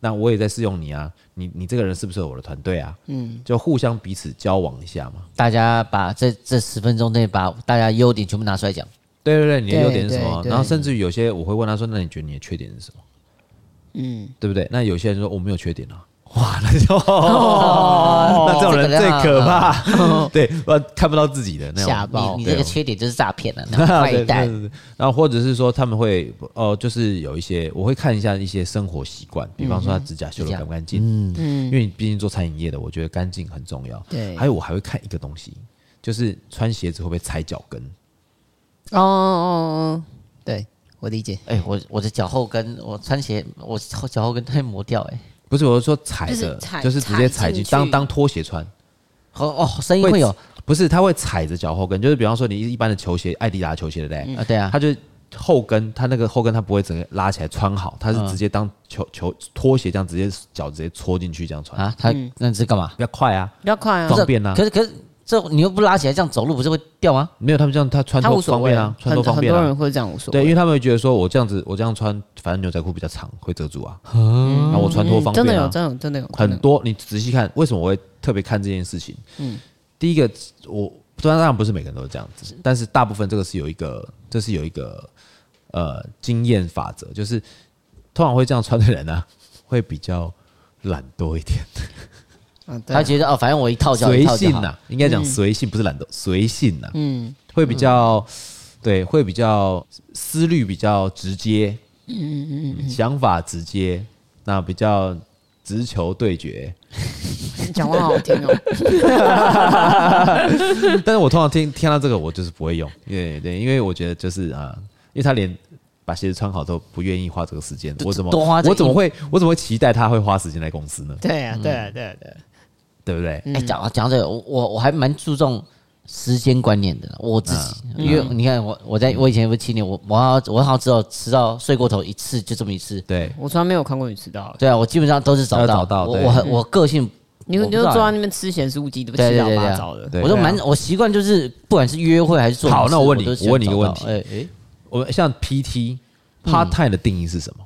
[SPEAKER 1] 那我也在试用你啊，你你这个人适不适合我的团队啊？嗯，就互相彼此交往一下嘛。
[SPEAKER 3] 大家把这这十分钟内把大家优点全部拿出来讲。
[SPEAKER 1] 对对对，你的
[SPEAKER 2] 对
[SPEAKER 1] 优点是什么？
[SPEAKER 2] 对对
[SPEAKER 1] 然后甚至于有些我会问他说：“那你觉得你的缺点是什么？”嗯，对不对？那有些人说我没有缺点啊，哇，那就、 哦
[SPEAKER 3] 哦
[SPEAKER 1] 那这种人最
[SPEAKER 3] 啊
[SPEAKER 1] 可怕， 对，我看不到自己的那种
[SPEAKER 2] 吓爆
[SPEAKER 3] 你你
[SPEAKER 1] 对
[SPEAKER 3] 这个缺点就是诈骗 了，那种坏
[SPEAKER 1] 对对
[SPEAKER 3] 蛋。
[SPEAKER 1] 对对然后或者是说他们会哦、呃就是有一些我会看一下一些生活习惯，比方说他指甲修的干不干净，嗯嗯，因为你毕竟做餐饮业的，我觉得干净很重要。
[SPEAKER 2] 对
[SPEAKER 1] 还有我还会看一个东西，就是穿鞋子会不会踩脚跟。
[SPEAKER 2] 哦哦哦，对我理解，
[SPEAKER 3] 哎、我我的脚后跟，我穿鞋，我后脚后跟它会磨掉、哎，
[SPEAKER 1] 不是，我是说踩
[SPEAKER 2] 就是
[SPEAKER 1] 着，
[SPEAKER 2] 踩
[SPEAKER 1] 就是直接
[SPEAKER 2] 踩
[SPEAKER 1] 踩
[SPEAKER 2] 进
[SPEAKER 1] 进，
[SPEAKER 2] 去
[SPEAKER 1] 当当拖鞋穿，
[SPEAKER 3] 哦哦，声音会有
[SPEAKER 1] 不是，它会踩着脚后跟，就是比方说你一般的球鞋，艾迪达的球鞋对不
[SPEAKER 2] 嗯
[SPEAKER 1] 对？
[SPEAKER 3] 啊，对啊
[SPEAKER 1] 它，就后跟，它那个后跟它不会整个拉起来穿好，它是直接当球球拖鞋这样直接脚直接戳进去这样穿，
[SPEAKER 3] 啊，它
[SPEAKER 2] 嗯
[SPEAKER 3] 那是干嘛？
[SPEAKER 1] 比较快啊。
[SPEAKER 2] 比较快啊
[SPEAKER 1] 不。是方
[SPEAKER 3] 这
[SPEAKER 1] 便啊
[SPEAKER 3] 可是可是这你又不拉起来，这样走路不是会掉吗？
[SPEAKER 1] 没有他们这样，他穿
[SPEAKER 2] 他
[SPEAKER 1] 多
[SPEAKER 2] 无所
[SPEAKER 1] 方
[SPEAKER 2] 谓
[SPEAKER 1] 便啊，穿多
[SPEAKER 2] 很
[SPEAKER 1] 方
[SPEAKER 2] 很
[SPEAKER 1] 便
[SPEAKER 2] 多
[SPEAKER 1] 啊
[SPEAKER 2] 人。会这样无所谓
[SPEAKER 1] 对，因。为他们会觉得说我这样子，我这样穿，反正牛仔裤比较长，会遮住啊。那我穿脱方
[SPEAKER 2] 嗯真的
[SPEAKER 1] 便
[SPEAKER 2] 有，
[SPEAKER 1] 啊。
[SPEAKER 2] 真的有，真的有真的
[SPEAKER 1] 很
[SPEAKER 2] 有
[SPEAKER 1] 多，你仔细看，为什么我会特别看这件事情？嗯，第一个，我当然不是每个人都是这样子，但是大部分这个是有一个，这是有一个呃经验法则，就是通常会这样穿的人呢、会比较懒惰一点，
[SPEAKER 2] 嗯，对啊
[SPEAKER 3] 他觉得哦，反正我一套脚一
[SPEAKER 1] 随
[SPEAKER 3] 套脚
[SPEAKER 1] 性啊
[SPEAKER 3] 好。嗯
[SPEAKER 1] 呐、应该讲随性，不是懒惰，随性呐、嗯，会比较对，会比较思虑比较直接，
[SPEAKER 3] 嗯
[SPEAKER 1] 嗯嗯嗯，想法直接，那比较直球对决。
[SPEAKER 2] 你 讲话好好听哦、
[SPEAKER 1] 但是我通常听听到这个，我就是不会用，对对，因为我觉得就是啊、因为他连把鞋子穿好都不愿意花这个时间，我怎么
[SPEAKER 3] 多花这个
[SPEAKER 1] 我怎么会我怎么会期待他会花时间来公司呢？
[SPEAKER 2] 对
[SPEAKER 3] 嗯
[SPEAKER 2] 啊，对啊，对啊，对啊。
[SPEAKER 1] 对不对？
[SPEAKER 2] 嗯
[SPEAKER 3] 哎，讲到讲到这个，我我我还蛮注重时间观念的，我自己，
[SPEAKER 1] 嗯
[SPEAKER 3] 因
[SPEAKER 2] 嗯
[SPEAKER 3] 为你看我我在我以前不是七年，我我好我好像只有迟到睡过头一次，就这么一次。
[SPEAKER 1] 对，
[SPEAKER 2] 我从来没有看过你迟到的，
[SPEAKER 3] 对啊，我基本上都是早
[SPEAKER 1] 要
[SPEAKER 3] 到，
[SPEAKER 1] 早到
[SPEAKER 3] 我
[SPEAKER 1] 对
[SPEAKER 3] 我很我个性，
[SPEAKER 2] 你
[SPEAKER 3] 我
[SPEAKER 2] 你
[SPEAKER 3] 不
[SPEAKER 2] 就
[SPEAKER 3] 知道
[SPEAKER 2] 坐在
[SPEAKER 3] 欸
[SPEAKER 2] 那边吃咸食无极，对不
[SPEAKER 3] 对
[SPEAKER 2] 起，
[SPEAKER 3] 对
[SPEAKER 2] 老
[SPEAKER 3] 对
[SPEAKER 2] 八
[SPEAKER 3] 对
[SPEAKER 2] 糟的。
[SPEAKER 1] 对
[SPEAKER 3] 我都
[SPEAKER 2] 对啊
[SPEAKER 3] 蛮我习惯就是不管是约会还是做什么
[SPEAKER 1] 好
[SPEAKER 3] 事
[SPEAKER 1] 那我问你
[SPEAKER 3] 都是
[SPEAKER 1] 我问你一个
[SPEAKER 3] 想
[SPEAKER 1] 问
[SPEAKER 3] 早
[SPEAKER 1] 题
[SPEAKER 3] 到哎哎
[SPEAKER 1] 我们像 PT
[SPEAKER 3] 嗯
[SPEAKER 1] part time 的定义是什么？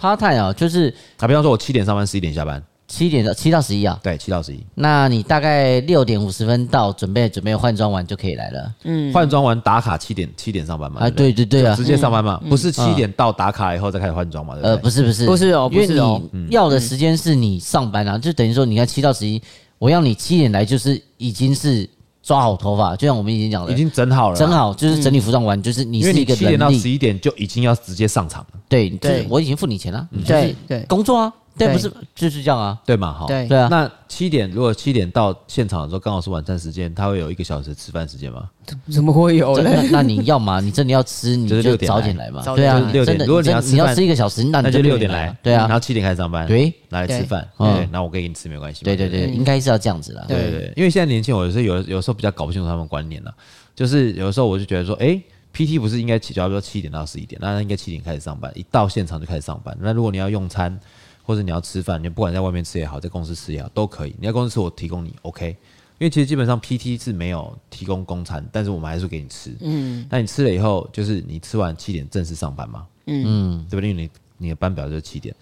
[SPEAKER 3] ，part time 啊，就是
[SPEAKER 1] 啊，比方说我七点上班，十一点下班，
[SPEAKER 3] 七点到七到十一啊，
[SPEAKER 1] 对，七到十一，
[SPEAKER 3] 那你大概六点五十分到，准备准备换装完就可以来了。
[SPEAKER 1] 换装完打卡七点，七点上班嘛？
[SPEAKER 3] 嗯啊，
[SPEAKER 1] 对不对
[SPEAKER 3] 对对对啊
[SPEAKER 1] 直，接上班嘛，不是七点到打卡以后再开始换装嘛？对
[SPEAKER 3] 呃，
[SPEAKER 1] 不对？
[SPEAKER 3] 不是不是
[SPEAKER 2] 不是哦
[SPEAKER 3] 因为
[SPEAKER 2] 不是哦
[SPEAKER 1] 嗯
[SPEAKER 3] 你要的时间是你上班啊，就等于说你看七到十一，我要你七点来，就是已经是抓好头发，就像我们已经讲的，
[SPEAKER 1] 已经整好了，
[SPEAKER 3] 整，好就是整理服装完，就是你
[SPEAKER 1] 因为
[SPEAKER 3] 是
[SPEAKER 1] 你
[SPEAKER 3] 一个
[SPEAKER 1] 七点到
[SPEAKER 3] 能
[SPEAKER 1] 十
[SPEAKER 3] 力，
[SPEAKER 1] 一点就已经要直接上场了，
[SPEAKER 3] 对，就是
[SPEAKER 2] 对
[SPEAKER 3] 我已经付你钱了，你就
[SPEAKER 2] 对
[SPEAKER 3] 是
[SPEAKER 2] 对
[SPEAKER 3] 工作啊，对，
[SPEAKER 2] 对
[SPEAKER 3] 不是就是这样啊，
[SPEAKER 1] 对嘛？哈，
[SPEAKER 2] 对
[SPEAKER 3] 对啊，
[SPEAKER 1] 哎那七点如果七点到现场的时候刚好是晚餐时间，他会有一个小时吃饭时间吗？
[SPEAKER 2] 怎么会有
[SPEAKER 3] 这
[SPEAKER 2] 嘞？
[SPEAKER 3] 那那你要嘛，你真的要吃，你
[SPEAKER 1] 哦就是
[SPEAKER 3] 就
[SPEAKER 1] 6点
[SPEAKER 3] 早
[SPEAKER 1] 来
[SPEAKER 3] 点来嘛，
[SPEAKER 2] 早
[SPEAKER 3] 对
[SPEAKER 2] 点
[SPEAKER 3] 啊
[SPEAKER 2] 来，
[SPEAKER 1] 6点
[SPEAKER 3] 真的
[SPEAKER 1] 如果
[SPEAKER 3] 你
[SPEAKER 1] 你要
[SPEAKER 3] 真
[SPEAKER 1] 吃
[SPEAKER 3] 的你要
[SPEAKER 1] 饭
[SPEAKER 3] 吃一个小时，那
[SPEAKER 1] 那
[SPEAKER 3] 你
[SPEAKER 1] 就
[SPEAKER 3] 六
[SPEAKER 1] 六点
[SPEAKER 3] 来
[SPEAKER 1] 来
[SPEAKER 3] 啊，，对
[SPEAKER 1] 然
[SPEAKER 3] 啊
[SPEAKER 1] 后，七点开始上班，
[SPEAKER 3] 对
[SPEAKER 1] 拿来吃饭，
[SPEAKER 3] 对
[SPEAKER 1] 对
[SPEAKER 3] 嗯，
[SPEAKER 1] 那我给你吃没关系嘛，
[SPEAKER 3] 对对
[SPEAKER 1] 不
[SPEAKER 3] 对，应该是要这样子啦。
[SPEAKER 1] 对对对，因为现在年轻，我有时候有有时候比较搞不清楚他们观念了，就是有时候我就觉得说，哎、p t 不是应该起，假如说七点到十一点，那他应该七点开始上班，一到现场就开始上班。那如果你要用餐或者你要吃饭，你不管在外面吃也好，在公司吃也好，都可以。你在公司吃我提供你 OK，因为其实基本上 PT 是没有提供公餐，但是我们还是给你吃。嗯，那你吃了以后，就是你吃完七点正式上班嘛。嗯，对不对？因为你你的班表就是七点。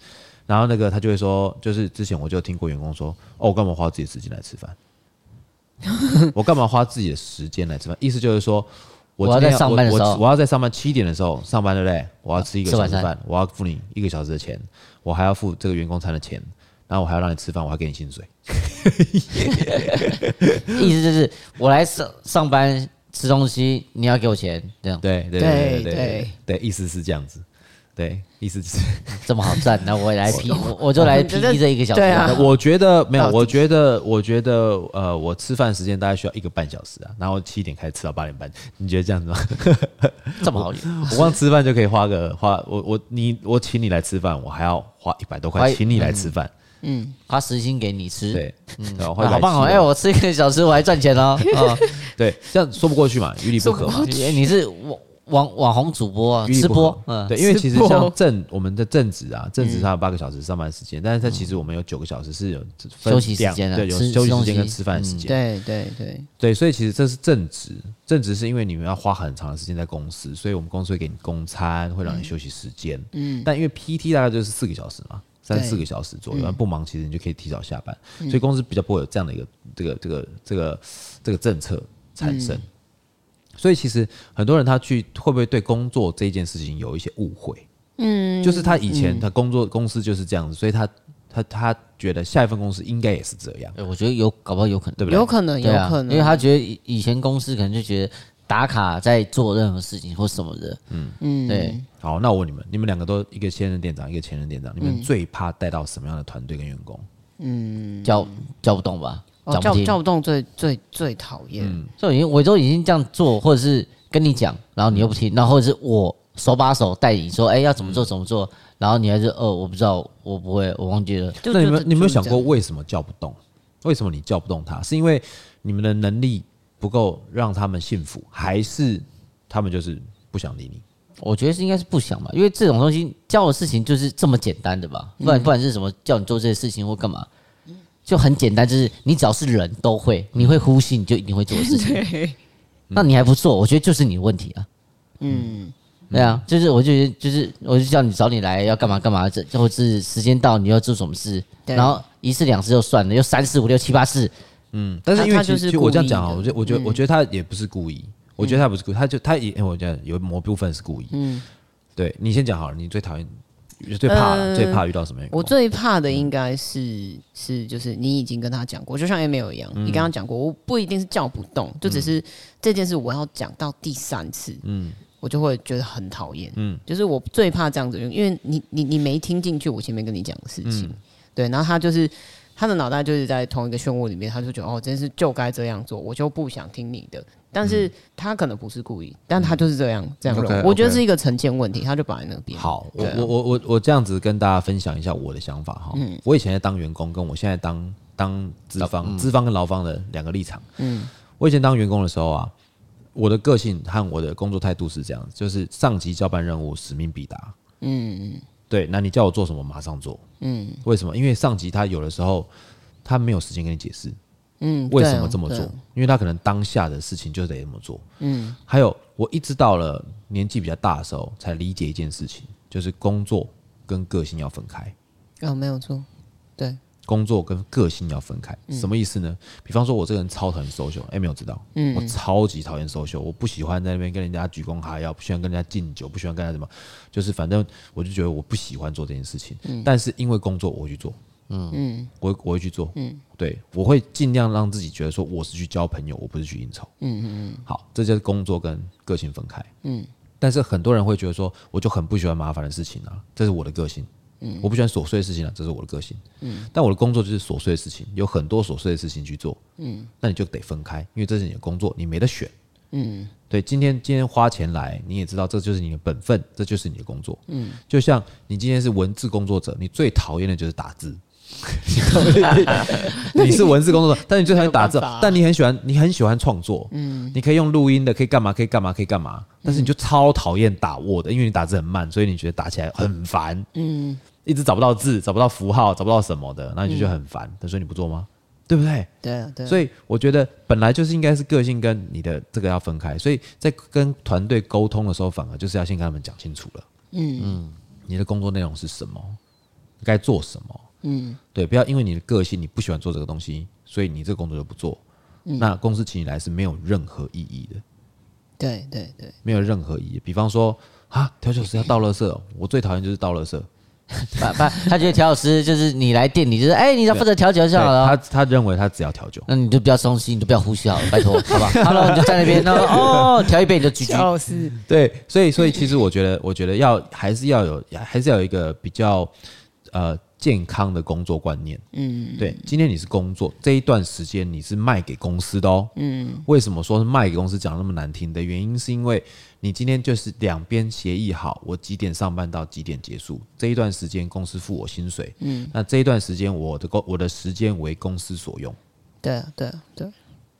[SPEAKER 1] 然后那个他就会说，就是之前我就听过员工说，哦，我干嘛花自己的时间来吃饭？ 我干嘛花自己的时间来吃饭？意思就是说，我
[SPEAKER 3] 我要
[SPEAKER 1] 今天
[SPEAKER 3] 在上班的时候
[SPEAKER 1] 我我我要在上班七点的时候上班，对不对？我要吃一个
[SPEAKER 3] 吃
[SPEAKER 1] 小
[SPEAKER 3] 晚
[SPEAKER 1] 时
[SPEAKER 3] 餐
[SPEAKER 1] 饭，我要付你一个小时的钱，我还要付这个员工餐的钱，然后我还要让你吃饭，我还给你薪水。
[SPEAKER 3] 意思就是我来上上班吃东西，你要给我钱，这样
[SPEAKER 1] 对对
[SPEAKER 2] 对
[SPEAKER 1] 对对对
[SPEAKER 2] 对
[SPEAKER 1] 对对，意思是这样子。对，意思就是，
[SPEAKER 3] 这么好 赚，那我也来 P，我我就来 P
[SPEAKER 2] 这
[SPEAKER 3] 这一个小时。
[SPEAKER 2] 对啊
[SPEAKER 1] 我觉得没有，
[SPEAKER 2] 到底
[SPEAKER 1] 我觉得我觉得呃，我吃饭时间大概需要一个半小时啊，然后七点开始吃到八点半，你觉得这样子 吗？
[SPEAKER 3] 这么好用，
[SPEAKER 1] 我光吃饭就可以花个花，我我你我请你来吃饭，我还要花一百多
[SPEAKER 3] 花
[SPEAKER 1] 块
[SPEAKER 3] 一
[SPEAKER 1] 请你来吃饭，
[SPEAKER 3] 花时薪给你吃，
[SPEAKER 1] 对，嗯，然后花
[SPEAKER 3] 啊，好棒
[SPEAKER 1] 170
[SPEAKER 3] 哦！哎，我吃一个小时我还赚钱 哦。啊，
[SPEAKER 1] 对，这样说不过去嘛，于理不合嘛，
[SPEAKER 3] 哎你是网网网红主播啊，
[SPEAKER 1] 于理
[SPEAKER 3] 吃嗯
[SPEAKER 1] 不合
[SPEAKER 3] 播，嗯，
[SPEAKER 1] 对，因为其实
[SPEAKER 2] 吃播
[SPEAKER 1] 像正我们的正职啊，正职它有八个小时上班时间，但是它其实我们有九个小时是有分
[SPEAKER 3] 嗯休息时
[SPEAKER 1] 两
[SPEAKER 3] 间啊
[SPEAKER 1] 对，有休息时
[SPEAKER 3] 吃吃东西
[SPEAKER 1] 间跟吃饭的时间，
[SPEAKER 2] 对对对，
[SPEAKER 1] 对，所以其实这是正职，正职是因为你们要花很长的时间在公司，所以我们公司会给你公餐，会让你休息时间。嗯，但因为 PT 大概就是四个小时嘛，三四个小时左右，不忙其实你就可以提早下班，所以公司比较不会有这样的一个这个这个这个这个政策产生。所以其实很多人他去会不会对工作这件事情有一些误会？嗯，就是他以前他工作公司就是这样子，所以他他他觉得下一份公司应该也是这样，
[SPEAKER 3] 哎我觉得有，搞不好有可能，
[SPEAKER 1] 对不对？
[SPEAKER 2] 有可能，有
[SPEAKER 3] 对啊
[SPEAKER 2] 可能，
[SPEAKER 3] 因为他觉得以以前公司可能就觉得打卡在做任何事情或什么的，嗯嗯，对，
[SPEAKER 1] 好，那我问你们，你们两个都一个现任店长，一个前任店长，你
[SPEAKER 2] 嗯
[SPEAKER 1] 们最怕带到什么样的团队跟员工？
[SPEAKER 3] 叫叫不动吧，
[SPEAKER 2] 嗯哦
[SPEAKER 3] 不嗯
[SPEAKER 2] 叫
[SPEAKER 3] 听
[SPEAKER 2] 叫，不动最最最讨厌。
[SPEAKER 3] 就已经我都已经这样做，或者是跟你讲，然后你又不听，然后或者是我手把手带你说，哎、要怎么做怎么做，然后你还是呃我不知道，我不会，我忘记了。
[SPEAKER 2] 就
[SPEAKER 1] 那你
[SPEAKER 2] 就
[SPEAKER 1] 们
[SPEAKER 2] 就
[SPEAKER 1] 你有没有想
[SPEAKER 2] 这
[SPEAKER 1] 过
[SPEAKER 2] 样
[SPEAKER 1] 为什么叫不动？为什么你叫不动他？是因为你们的能力不够让他们信服，还是他们就是不想理你？
[SPEAKER 3] 我觉得是应该是不想吧，因为这种东西教的事情就是这么简单的吧，
[SPEAKER 2] 嗯
[SPEAKER 3] 不然不然是什么叫你做这些事情或干嘛，就很简单，就是你只要是人都会，你会呼吸你就一定会做的事情。那你还不做，我觉得就是你的问题啊。嗯，对啊，就是我就觉得就是我就叫你早点来要干嘛干嘛，这或是时间到你要做什么事，
[SPEAKER 2] 对
[SPEAKER 3] 然后一次两次就算了，又三四五六七八次，
[SPEAKER 1] 嗯，但是因为
[SPEAKER 2] 他
[SPEAKER 1] 其实
[SPEAKER 2] 就是
[SPEAKER 1] 其实我这样讲啊，
[SPEAKER 2] 故
[SPEAKER 1] 我
[SPEAKER 2] 意嗯
[SPEAKER 1] 觉得我觉得我觉得他也不是故意，我觉得他不是故意，他就他也哎我觉得有某部分是故意。嗯，对你先讲好了，你最讨厌、最
[SPEAKER 2] 呃
[SPEAKER 1] 怕了、最怕遇到什么员工？
[SPEAKER 2] 我最怕的应该是是就是你已经跟他讲过，就像 A 没有一样，你跟
[SPEAKER 1] 嗯
[SPEAKER 2] 他讲过，我不一定是叫不动，就只是这件事我要讲到第三次，嗯，我就会觉得很讨厌，嗯，就是我
[SPEAKER 1] 嗯
[SPEAKER 2] 最怕这样子，因为你你你没听进去我前面跟你讲的事情，对，然后他就是他的脑袋就是在同一个漩涡里面，他就觉得哦，这件事就该这样做，我就不想听你的。但是他可能不是故意，但他就是这样这样
[SPEAKER 1] 嗯 OK，
[SPEAKER 2] 认为。我觉得
[SPEAKER 1] OK
[SPEAKER 2] 是一个成见问题，他就摆在那边。
[SPEAKER 1] 好，我
[SPEAKER 2] 对啊
[SPEAKER 1] 我我我我这样子跟大家分享一下我的想法哈。我以前在当员工，跟我现在当当资方、资方跟劳方的两个立场。嗯，我以前当员工的时候啊，我的个性和我的工作态度是这样，就是上级交办任务，使命必达。嗯，对，那你叫我做什么，马上做。嗯，为什么？因为上级他有的时候他没有时间跟你解释。
[SPEAKER 2] 嗯，
[SPEAKER 1] 为
[SPEAKER 2] 对啊
[SPEAKER 1] 什么这么做
[SPEAKER 2] 对啊？
[SPEAKER 1] 因为他可能当下的事情就得这么做。嗯，还有我一直到了年纪比较大的时候，才理解一件事情，就是工作跟个性要分开，
[SPEAKER 2] 嗯，没有错，对，
[SPEAKER 1] 工作跟个性要分开。什么意思呢？比方说，我这个人超讨厌 social，哎、没有知道，我超级讨厌 social，我不喜欢在那边跟人家鞠躬哈腰，不喜欢跟人家敬酒，不喜欢跟人家什么，就是反正我就觉得我不喜欢做这件事情。但是因为工作，我会去做。嗯，我我会去做，嗯，对，我会尽量让自己觉得说我是去交朋友，我不是去应酬，嗯嗯嗯，好，这就是工作跟个性分开，嗯，但是很多人会觉得说，我就很不喜欢麻烦的事情啊，这是我的个性，嗯，我不喜欢琐碎的事情啊，这是我的个性，嗯，但我的工作就是琐碎的事情，有很多琐碎的事情去做，嗯，那你就得分开，因为这是你的工作，你没得选，嗯，对，今天今天花钱来，你也知道这就是你的本分，这就是你的工作，嗯，就像你今天是文字工作者，你最讨厌的就是打字。你是文字工作者，但你最讨厌打字
[SPEAKER 2] 没有办法啊，
[SPEAKER 1] 但你很喜欢，你很喜欢创作，嗯，你可以用录音的，可以干嘛，可以干嘛，可以干嘛，但是你就超讨厌打 Word，因为你打字很慢，所以你觉得打起来很烦，嗯，一直找不到字，找不到符号，找不到什么的，那你就觉得很烦，所以你不做吗？对不对？
[SPEAKER 2] 对啊，对啊，
[SPEAKER 1] 所
[SPEAKER 2] 以
[SPEAKER 1] 以我觉得本来就是应该是个性跟你的这个要分开，所以在跟团队沟通的时候，反而就是要先跟他们讲清楚了。嗯你的工作内容是什么，该做什么。嗯，对，不要因为你的个性你不喜欢做这个东西，所以你这个工作就不做。那公司请你来是没有任何意义的，
[SPEAKER 2] 对对对，
[SPEAKER 1] 没有任何意义。比方说啊，调酒师要倒垃圾哦，我最讨厌就是倒垃圾。
[SPEAKER 3] 反反他觉得调酒师就是你来店里就是哎，你只要负责调酒就好
[SPEAKER 1] 对
[SPEAKER 3] 了
[SPEAKER 1] 他
[SPEAKER 3] 哦。
[SPEAKER 1] 他认为他只要调酒，
[SPEAKER 3] 那你就不要松心，你就不要呼吸好了，拜托，好吧？Hello，你就在那边，然后哦，调一杯你就举举，
[SPEAKER 2] 就是
[SPEAKER 1] 对，所以所以其实我觉得， 我觉得要还是要有，还是要有一个比较呃健康的工作观念。嗯，对，今天你是工作这一段时间你是卖给公司的哦。嗯，为什么说是卖给公司讲得那么难听的原因，是因为你今天就是两边协议好，我几点上班到几点结束，这一段时间公司付我薪水。嗯，那这一段时间我的工我的时间为公司所用。
[SPEAKER 2] 对啊，对啊，对啊，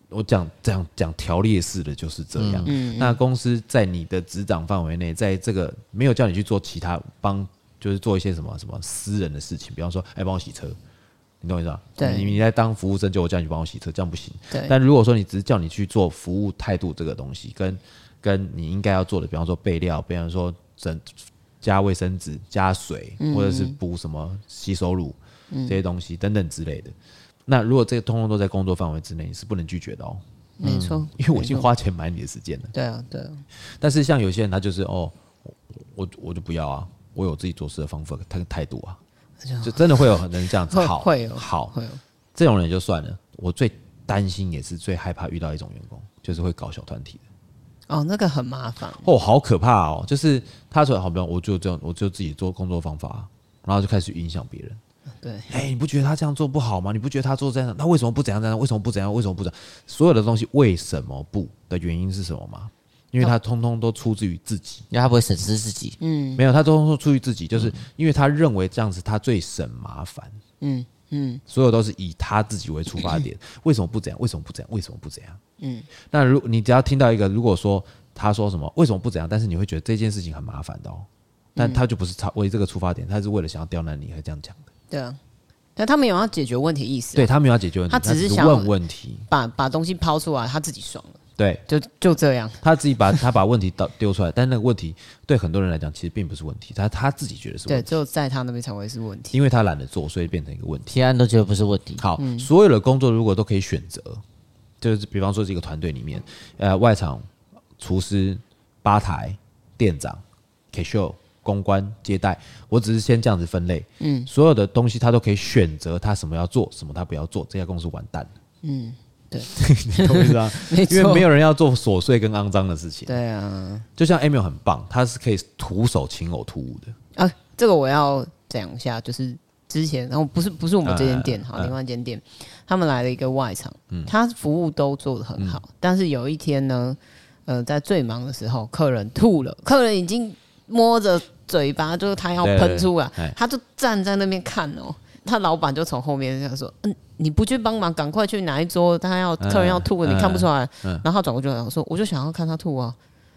[SPEAKER 1] 我讲讲讲条列式的就是这样。那公司在你的职掌范围内，在这个没有叫你去做其他帮，就是做一些什么什么私人的事情，比方说，哎、帮我洗车，你懂我意思吧？
[SPEAKER 2] 对
[SPEAKER 1] 你你在当服务生，就我叫你去帮我洗车，这样不行。
[SPEAKER 2] 对啊
[SPEAKER 1] 但如果说你只是叫你去做服务态度这个东西，跟跟你应该要做的，比方说备料，比方说整加卫生纸、加水，
[SPEAKER 2] 嗯
[SPEAKER 1] 或者是补什么吸收乳、这些东西等等之类的。那如果这个通通都在工作范围之内，你是不能拒绝的哦，
[SPEAKER 2] 没错，
[SPEAKER 1] 因为我已
[SPEAKER 2] 没
[SPEAKER 1] 经
[SPEAKER 2] 错，
[SPEAKER 1] 花钱买你的时间了。
[SPEAKER 2] 对啊，对啊，
[SPEAKER 1] 但是像有些人，他就是哦，我我我就不要啊，我有自己做事的方法，他的态度啊，就真的会有人这样子。
[SPEAKER 2] 会
[SPEAKER 1] 好，
[SPEAKER 2] 会有
[SPEAKER 1] 好，
[SPEAKER 2] 会有，
[SPEAKER 1] 这种人就算了。我最担心也是最害怕遇到一种员工，就是会搞小团体的。
[SPEAKER 2] 哦，那个很麻烦，
[SPEAKER 1] 哦，好可怕哦！就是他说好，不要，我就这样，我就自己做工作方法啊、然后就开始影响别人。
[SPEAKER 2] 对，
[SPEAKER 1] 哎、你不觉得他这样做不好吗？你不觉得他做这样，那为什么不怎样怎样？为什么不怎样？为什么不怎样？所有的东西为什么不的原因是什么吗？因为他通通都出自于自己，
[SPEAKER 3] 然后他不会审视自己。
[SPEAKER 2] 嗯
[SPEAKER 1] 没有，他通通都出于自己，就是因为他认为这样子他最省麻烦。
[SPEAKER 2] 嗯嗯，
[SPEAKER 1] 所有都是以他自己为出发 点。为什么不怎样？为什么不怎样？为什么不怎样？嗯，那如你只要听到一个，如果说他说什么为什么不怎样，但是你会觉得这件事情很麻烦的
[SPEAKER 2] 嗯
[SPEAKER 1] 哦，但他就不是他为这个出发点，他是为了想要刁难你，会这样讲的。
[SPEAKER 2] 对啊，但他们有要解决问题意思啊，
[SPEAKER 1] 对他没有要解决问题，
[SPEAKER 2] 他
[SPEAKER 1] 他
[SPEAKER 2] 只是
[SPEAKER 1] 是
[SPEAKER 2] 想要
[SPEAKER 1] 问问题，
[SPEAKER 2] 把把东西抛出来，他自己爽了，
[SPEAKER 1] 对
[SPEAKER 2] 就就这样，
[SPEAKER 1] 他自己把 他把问题导丢出来，但那个问题对很多人来讲其实并不是问题，他他自己觉得是
[SPEAKER 2] 对，
[SPEAKER 1] 问题，
[SPEAKER 2] 只有在他那边才会是问题，
[SPEAKER 1] 因为他懒得做，所以变成一个问题。
[SPEAKER 3] 提案都觉得不是问题，
[SPEAKER 1] 好，所有的工作如果都可以选择，就是比方说这个团队里面，呃，外场、厨师、吧台、店长、cashier、公关、接待，我只是先这样子分类，嗯，所有的东西他都可以选择他什么要做，什么他不要做，这家公司完蛋了。
[SPEAKER 2] 对，
[SPEAKER 1] 你懂我意思啊？
[SPEAKER 2] 没
[SPEAKER 1] 因为
[SPEAKER 2] 错
[SPEAKER 1] 没有人要做琐碎跟肮脏的事情。
[SPEAKER 2] 对啊，
[SPEAKER 1] 就像 Emil 很棒，他是可以徒手擒呕吐物的。
[SPEAKER 2] 啊，这个我要讲一下，就是之前，然后不是不是我们这间店
[SPEAKER 1] 嗯
[SPEAKER 2] 哈，
[SPEAKER 1] 嗯
[SPEAKER 2] 另外一间店，他们来了一个外场，他服务都做得很
[SPEAKER 1] 嗯
[SPEAKER 2] 好，但是有一天呢，呃，在最忙的时候，客人吐了， 客人已经摸着嘴巴，就是他要
[SPEAKER 1] 对对
[SPEAKER 2] 喷出来
[SPEAKER 1] 对哎，
[SPEAKER 2] 他就站在那边看哦。他老板就从后面就说：“嗯，你不去帮忙，赶快去哪一桌，他要
[SPEAKER 1] 嗯
[SPEAKER 2] 客人要吐，你
[SPEAKER 1] 嗯
[SPEAKER 2] 看不出来。
[SPEAKER 1] 嗯
[SPEAKER 2] 然后他转过去来说：“我就想要看他吐啊。”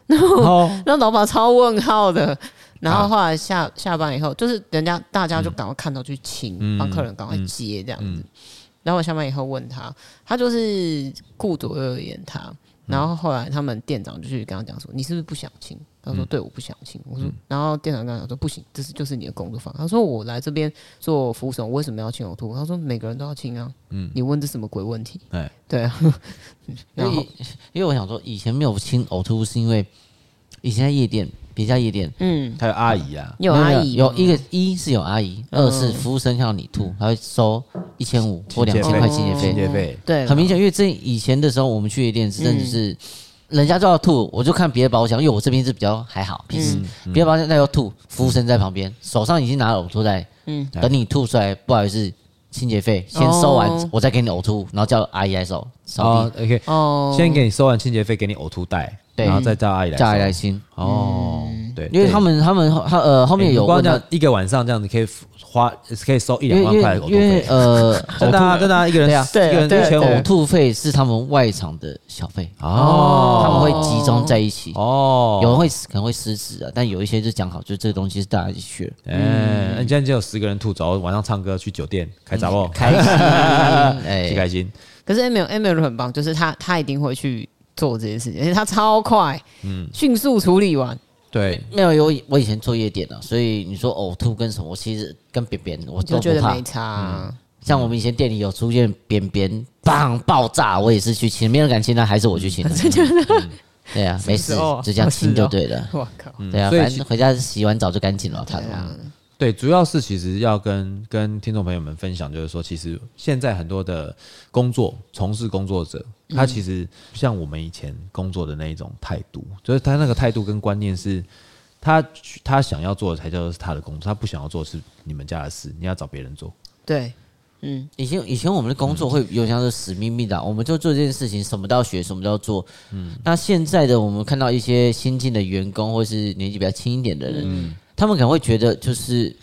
[SPEAKER 1] 哦，
[SPEAKER 2] 那老板超问号的。然后后来下下班以后，就是人家大家就赶快看到去请，
[SPEAKER 1] 嗯
[SPEAKER 2] 帮客人赶快接这样子。然后我下班以后问他，他就是顾左右而言他。然后后来他们店长就去跟他讲说：“你是不是不想请？”他说：“对，我不想请。”我说：“然后店长跟他讲说：‘不行，这是就是你的工作方。’他说：‘我来这边做服务生，我为什么要请呕吐？’他说：‘每个人都要请啊。’嗯，你问这什么鬼问题？
[SPEAKER 1] 哎，
[SPEAKER 2] 对啊。
[SPEAKER 3] 因
[SPEAKER 2] 然后
[SPEAKER 3] 为因为我想说，以前没有清呕吐物，是因为以前在夜店，别家夜店
[SPEAKER 2] 嗯，
[SPEAKER 1] 还有阿姨啊，
[SPEAKER 2] 有
[SPEAKER 3] 没
[SPEAKER 2] 阿姨
[SPEAKER 3] 有一个一是有阿姨，
[SPEAKER 2] 嗯
[SPEAKER 3] 二是服务生看到你吐，他会收一千五或两千块清洁
[SPEAKER 1] 嗯清
[SPEAKER 3] 费，
[SPEAKER 1] 洁费，嗯
[SPEAKER 2] 对，
[SPEAKER 3] 很明显，因为这以前的时候我们去夜店是真的是。人家就要吐，我就看别的包厢，因为我这边是比较还好，平时
[SPEAKER 1] 嗯
[SPEAKER 3] 别的包厢在要吐，服务生在旁边，手上已经拿了呕吐袋，
[SPEAKER 2] 嗯
[SPEAKER 3] 等你吐出来，不好意思，清洁费先收完
[SPEAKER 2] 哦，
[SPEAKER 3] 我再给你呕吐，然后叫阿姨来收，扫
[SPEAKER 1] 哦
[SPEAKER 3] 地，
[SPEAKER 1] ，OK，
[SPEAKER 2] 哦，
[SPEAKER 1] 先给你收完清洁费，给你呕吐袋，
[SPEAKER 3] 对
[SPEAKER 1] 然后再叫阿姨来收，
[SPEAKER 3] 叫阿姨来清。
[SPEAKER 1] 哦，对，哎
[SPEAKER 3] 因为他们他们他呃后
[SPEAKER 1] 后
[SPEAKER 3] 面有
[SPEAKER 1] 光
[SPEAKER 3] 问
[SPEAKER 1] 这样
[SPEAKER 3] 到，
[SPEAKER 1] 一个晚上这样子可以花，可以收一
[SPEAKER 3] 因
[SPEAKER 1] 两
[SPEAKER 3] 为
[SPEAKER 1] 万块的呕
[SPEAKER 3] 因为
[SPEAKER 1] 吐
[SPEAKER 3] 因为
[SPEAKER 1] 费，
[SPEAKER 3] 呃，
[SPEAKER 1] 真的啊，真的啊，一个人
[SPEAKER 3] 对啊
[SPEAKER 1] 一个人
[SPEAKER 2] 对啊
[SPEAKER 1] 一千
[SPEAKER 2] 对啊
[SPEAKER 1] 五
[SPEAKER 3] 呕吐费是他们外场的小费，
[SPEAKER 1] 哦
[SPEAKER 3] 他们会集中在一起，
[SPEAKER 1] 哦，
[SPEAKER 3] 有人会可能会失职啊，但有一些就讲好，就这个东西是大家一起学，
[SPEAKER 1] 哎、
[SPEAKER 3] 嗯
[SPEAKER 1] 那你今天只有十个人吐槽，晚上唱歌去酒店开杂报，
[SPEAKER 3] 嗯开心
[SPEAKER 1] 去
[SPEAKER 3] 哎，
[SPEAKER 1] 开心，
[SPEAKER 2] 可是 Emil Emil 很棒，就是他他一定会去做这些事情，而且他超快，嗯，迅速处理完，
[SPEAKER 1] 对，
[SPEAKER 3] 没有有我以前做夜店啊，所以你说呕吐跟什么，我其实跟扁扁我
[SPEAKER 2] 你就
[SPEAKER 3] 都
[SPEAKER 2] 觉
[SPEAKER 3] 不
[SPEAKER 2] 得
[SPEAKER 3] 怕嗯
[SPEAKER 2] 没，差、
[SPEAKER 3] 像我们以前店里有出现扁扁棒爆炸，我也是去亲，没人敢亲他，还是我去 亲，真的，对啊，没事
[SPEAKER 2] 是哦，
[SPEAKER 3] 就这样亲就对了。
[SPEAKER 2] 我靠，
[SPEAKER 3] 对啊，
[SPEAKER 1] 所以
[SPEAKER 3] 反
[SPEAKER 1] 其
[SPEAKER 3] 正回家洗完澡就干净了，他
[SPEAKER 2] 对啊，
[SPEAKER 1] 对，主要是其实要跟跟听众朋友们分享，就是说，其实现在很多的工作从事工作者，
[SPEAKER 3] 嗯
[SPEAKER 1] 他其实像我们以前工作的那一种态度，就是他那个态度跟观念是，他他想要做的才叫做是他的工作，他不想要做的是你们家的事，你要找别人做。
[SPEAKER 2] 对，嗯，
[SPEAKER 3] 以前以前我们的工作会有像是死命命的啊，我们就做这件事情，什么都要学，什么都要做。嗯，那现在的我们看到一些新进的员工，或是年纪比较轻一点的人，
[SPEAKER 1] 嗯
[SPEAKER 3] 他们可能会觉得就是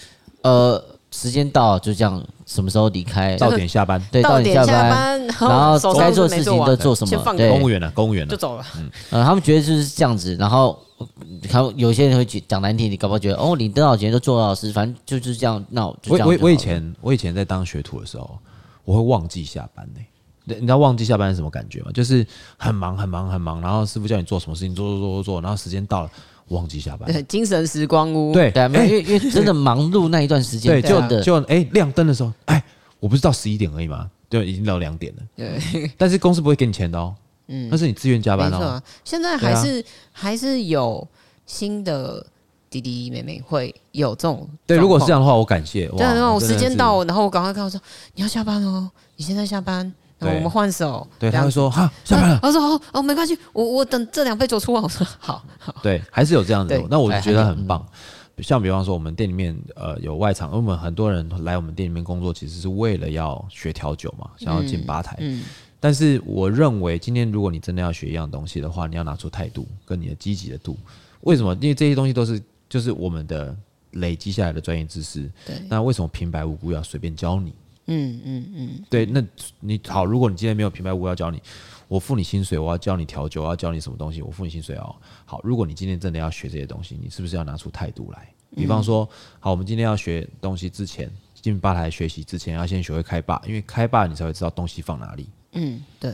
[SPEAKER 3] 呃，时间到了就这样，什么时候离开，
[SPEAKER 1] 到点下班，
[SPEAKER 3] 对，
[SPEAKER 2] 到
[SPEAKER 3] 到点
[SPEAKER 2] 点
[SPEAKER 3] 下
[SPEAKER 2] 下
[SPEAKER 3] 班，
[SPEAKER 2] 班，然
[SPEAKER 3] 然后
[SPEAKER 2] 手
[SPEAKER 3] 该
[SPEAKER 2] 上
[SPEAKER 3] 做
[SPEAKER 2] 是
[SPEAKER 3] 的
[SPEAKER 2] 没
[SPEAKER 3] 事情
[SPEAKER 2] 完
[SPEAKER 3] 都做什
[SPEAKER 2] 先
[SPEAKER 3] 么，
[SPEAKER 2] 放
[SPEAKER 3] 对，
[SPEAKER 1] 公务员呢、公务员呢、啊
[SPEAKER 2] 就走了，
[SPEAKER 3] 呃，他们觉得就是这样子，然后嗯他们有些人会觉讲难听，你搞不好觉得哦，你多少钱都做老师，反正就是这样，那我就
[SPEAKER 1] 我
[SPEAKER 3] 这样
[SPEAKER 1] 我
[SPEAKER 3] 就好
[SPEAKER 1] 我以
[SPEAKER 3] 了
[SPEAKER 1] 前我以前在当学徒的时候，我会忘记下班呢、你你知道忘记下班是什么感觉吗？就是很忙很忙很忙，然后师傅叫你做什么事情，做做做做做，然后时间到了忘记下班。
[SPEAKER 2] 对，精神时光屋，，
[SPEAKER 1] 对哎
[SPEAKER 3] 对啊，没有，因为因为真的忙碌那一段时间，
[SPEAKER 1] 对，
[SPEAKER 3] 真
[SPEAKER 1] 就
[SPEAKER 3] 的
[SPEAKER 1] 就哎、亮灯的时候，哎、我不是到十一点而已吗？对，已经到两点了。对，但是公司不会给你钱的哦，嗯，那是你自愿加
[SPEAKER 2] 没
[SPEAKER 1] 班
[SPEAKER 2] 错
[SPEAKER 1] 哦。
[SPEAKER 2] 啊，现在还是、还是有新的弟弟妹妹会有这种状况，
[SPEAKER 1] 对，如果是这样的话，我感谢。
[SPEAKER 2] 对啊，对啊，
[SPEAKER 1] 哇
[SPEAKER 2] 我
[SPEAKER 1] 真的
[SPEAKER 2] 时间
[SPEAKER 1] 是
[SPEAKER 2] 到，然后我赶快跟我说你要下班哦，你现在下班，然后
[SPEAKER 1] 对
[SPEAKER 2] 我们换手，
[SPEAKER 1] 对，
[SPEAKER 2] 这
[SPEAKER 1] 他
[SPEAKER 2] 样
[SPEAKER 1] 会
[SPEAKER 2] 子
[SPEAKER 1] 说哈下班了，
[SPEAKER 2] 他说哦哦，没关系，我我等这两杯酒出完，我说好好，
[SPEAKER 1] 对，还是有这样子的
[SPEAKER 2] 对。
[SPEAKER 1] 那我就
[SPEAKER 3] 还
[SPEAKER 1] 觉得
[SPEAKER 3] 还有
[SPEAKER 1] 很棒。
[SPEAKER 2] 嗯
[SPEAKER 1] 像比方说，我们店里面呃有外场，因为我们很多人来我们店里面工作，其实是为了要学调酒嘛，想要进吧台。
[SPEAKER 2] 嗯
[SPEAKER 1] 但是我认为，今天如果你真的要学一样东西的话，你要拿出态度跟你的积极的度。为什么？因为这些东西都是就是我们的累积下来的专业知识。
[SPEAKER 2] 对
[SPEAKER 1] 那为什么平白无故要随便教你？
[SPEAKER 2] 嗯嗯嗯，
[SPEAKER 1] 对，那你好，如果你今天没有平白无故要教你，我付你薪水，我要教你调酒，我要教你什么东西，我付你薪水哦。好，如果你今天真的要学这些东西，你是不是要拿出态度来？比方说，好，我们今天要学东西之前，进吧台学习之前，要先学会开吧，因为开吧你才会知道东西放哪里。
[SPEAKER 2] 嗯对，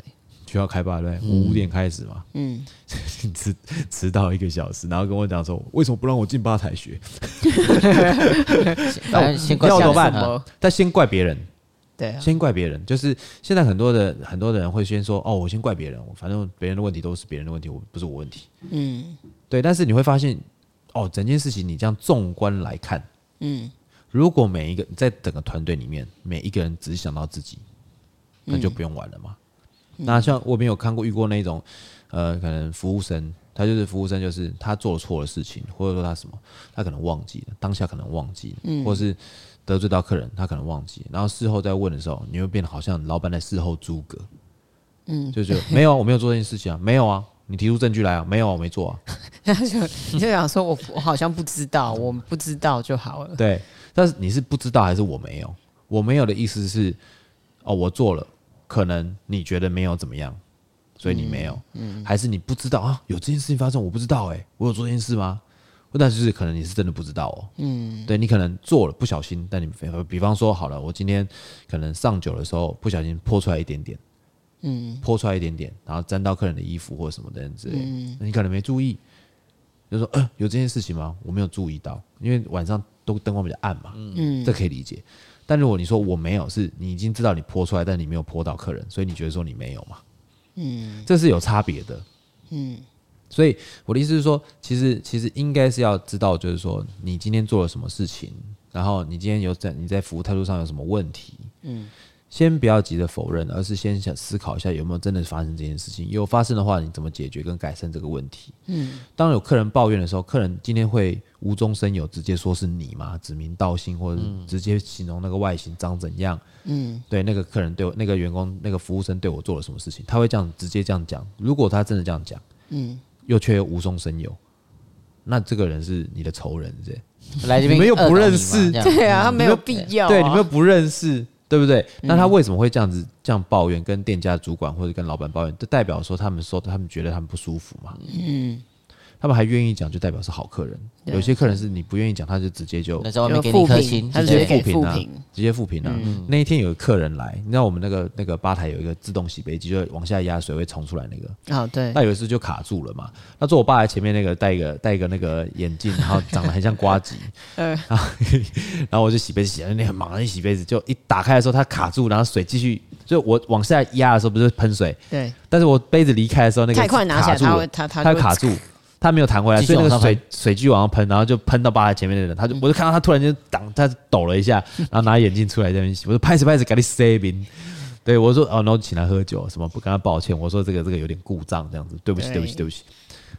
[SPEAKER 1] 学校开吧，对不对？五点开始嘛，
[SPEAKER 2] 嗯，
[SPEAKER 1] 你迟迟到一个小时，然后跟我讲说，为什么不让我进吧台学？
[SPEAKER 3] 反正先
[SPEAKER 1] 那
[SPEAKER 3] 关
[SPEAKER 1] 我怎
[SPEAKER 3] 下
[SPEAKER 1] 么
[SPEAKER 3] 班
[SPEAKER 1] 办
[SPEAKER 3] 啊。？
[SPEAKER 1] 但先怪别人，
[SPEAKER 2] 对啊，
[SPEAKER 1] 先怪别人，就是现在很多的很多的人会先说哦，我先怪别人，我反正别人的问题都是别人的问题，我不是我问题。
[SPEAKER 2] 嗯
[SPEAKER 1] 对，但是你会发现哦，整件事情你这样纵观来看，
[SPEAKER 2] 嗯
[SPEAKER 1] 如果每一个在整个团队里面，每一个人只想到自己，那
[SPEAKER 2] 嗯
[SPEAKER 1] 就不用玩了嘛。那像我没有看过遇过那种，呃，可能服务生，他就是服务生，就是
[SPEAKER 2] 嗯
[SPEAKER 1] 他做了错的事情，或者说他什么，他可能忘记了，当下可能忘记了，或者是得罪到客人，他可能忘记，然后事后再问的时候，你会变得好像老板在事后诸葛，嗯，就觉得没有啊，我没有做这件事情啊，没有啊，你提出证据来啊，没有啊，我没做啊，
[SPEAKER 2] 然后就你就想说我我好像不知道，我不知道就好 了。
[SPEAKER 1] 对，但是你是不知道还是我没有？我没有的意思是，哦，我做了，可能你觉得没有怎么样，所以你没有，还是你不知道啊？有这件事情发生，我不知道、欸，我有做这件事吗？但就是可能你是真的不知道哦，嗯，对你可能做了不小心，但你比方说好了，我今天可能上酒的时候不小心泼出来一点点，嗯，泼出来一点点，然后沾到客人的衣服或什么的之类的，你可能没注意，就说呃有这件事情吗？我没有注意到，因为晚上都灯光比较暗嘛，嗯，这可以理解。但如果你说我没有，是你已经知道你泼出来，但你没有泼到客人，所以你觉得说你没有嘛，嗯，这是有差别的，嗯。所以我的意思是说，其实其实应该是要知道，就是说你今天做了什么事情，然后你今天有在你在服务态度上有什么问题，嗯先不要急着否认，而是先想思考一下有没有真的发生这件事情。有发生的话，你怎么解决跟改善这个问题？嗯，当有客人抱怨的时候，客人今天会无中生有，直接说是你嘛，指名道姓，或者是直接形容那个外形长怎样。嗯，对，那个客人对我，那个员工，那个服务生对我做了什么事情，他会这样直接这样讲。如果他真的这样讲，嗯，又却无中生有，那这个人是你的仇人，是不是？
[SPEAKER 3] 来这边
[SPEAKER 1] 你们又不
[SPEAKER 3] 恶搞
[SPEAKER 1] 认
[SPEAKER 3] 嘛
[SPEAKER 1] 识
[SPEAKER 3] 这样
[SPEAKER 2] 对啊，他没有
[SPEAKER 1] 嗯你们
[SPEAKER 2] 必要、啊。嗯
[SPEAKER 1] 对，你们又不认识，对不对？那他为什么会这样子这样抱怨，跟店家主管或者跟老板抱怨，就代表说他们说他们觉得他们不舒服嘛？嗯，他们还愿意讲，就代表是好客人。
[SPEAKER 2] 啊
[SPEAKER 1] 有些客人是你不愿意讲，他就直接就
[SPEAKER 3] 那在外面给你一颗星，
[SPEAKER 2] 他
[SPEAKER 1] 直
[SPEAKER 2] 就
[SPEAKER 1] 接
[SPEAKER 2] 是
[SPEAKER 1] 复
[SPEAKER 2] 给
[SPEAKER 1] 评
[SPEAKER 2] 负
[SPEAKER 1] 啊
[SPEAKER 2] 评，嗯
[SPEAKER 1] 直接复评啊。那一天有个客人来，你知道我们那个那个吧台有一个自动洗杯机，就往下压水会冲出来那个，
[SPEAKER 2] 啊，对
[SPEAKER 1] 那有一次就卡住了嘛。那坐我爸前面那个戴一个戴一个那个眼镜，然后长得很像瓜吉，然后 然后我就洗杯子洗，那很忙，一洗杯子就一打开的时候它卡住，然后水继续，就我往下压的时候不是喷水，
[SPEAKER 2] 对，
[SPEAKER 1] 但是我杯子离开的时候那个
[SPEAKER 2] 太快拿起
[SPEAKER 1] 卡
[SPEAKER 2] 来
[SPEAKER 1] 住了
[SPEAKER 2] 它会它它
[SPEAKER 1] 它
[SPEAKER 2] 就
[SPEAKER 1] 会卡 住。它没有弹回来，
[SPEAKER 3] 继续
[SPEAKER 1] 所以那个
[SPEAKER 3] 往上
[SPEAKER 1] 水水继续往上喷，然后就喷到吧台前面的人，他就我就看到他突然间挡，他抖了一 下，然后拿眼镜出来在那边洗，我说拍死拍死，赶紧 saving。对我说哦，然后请他喝酒，什么不跟他抱歉，我说这个这个有点故障，这样子，对不起
[SPEAKER 2] 对
[SPEAKER 1] 对不起对不起，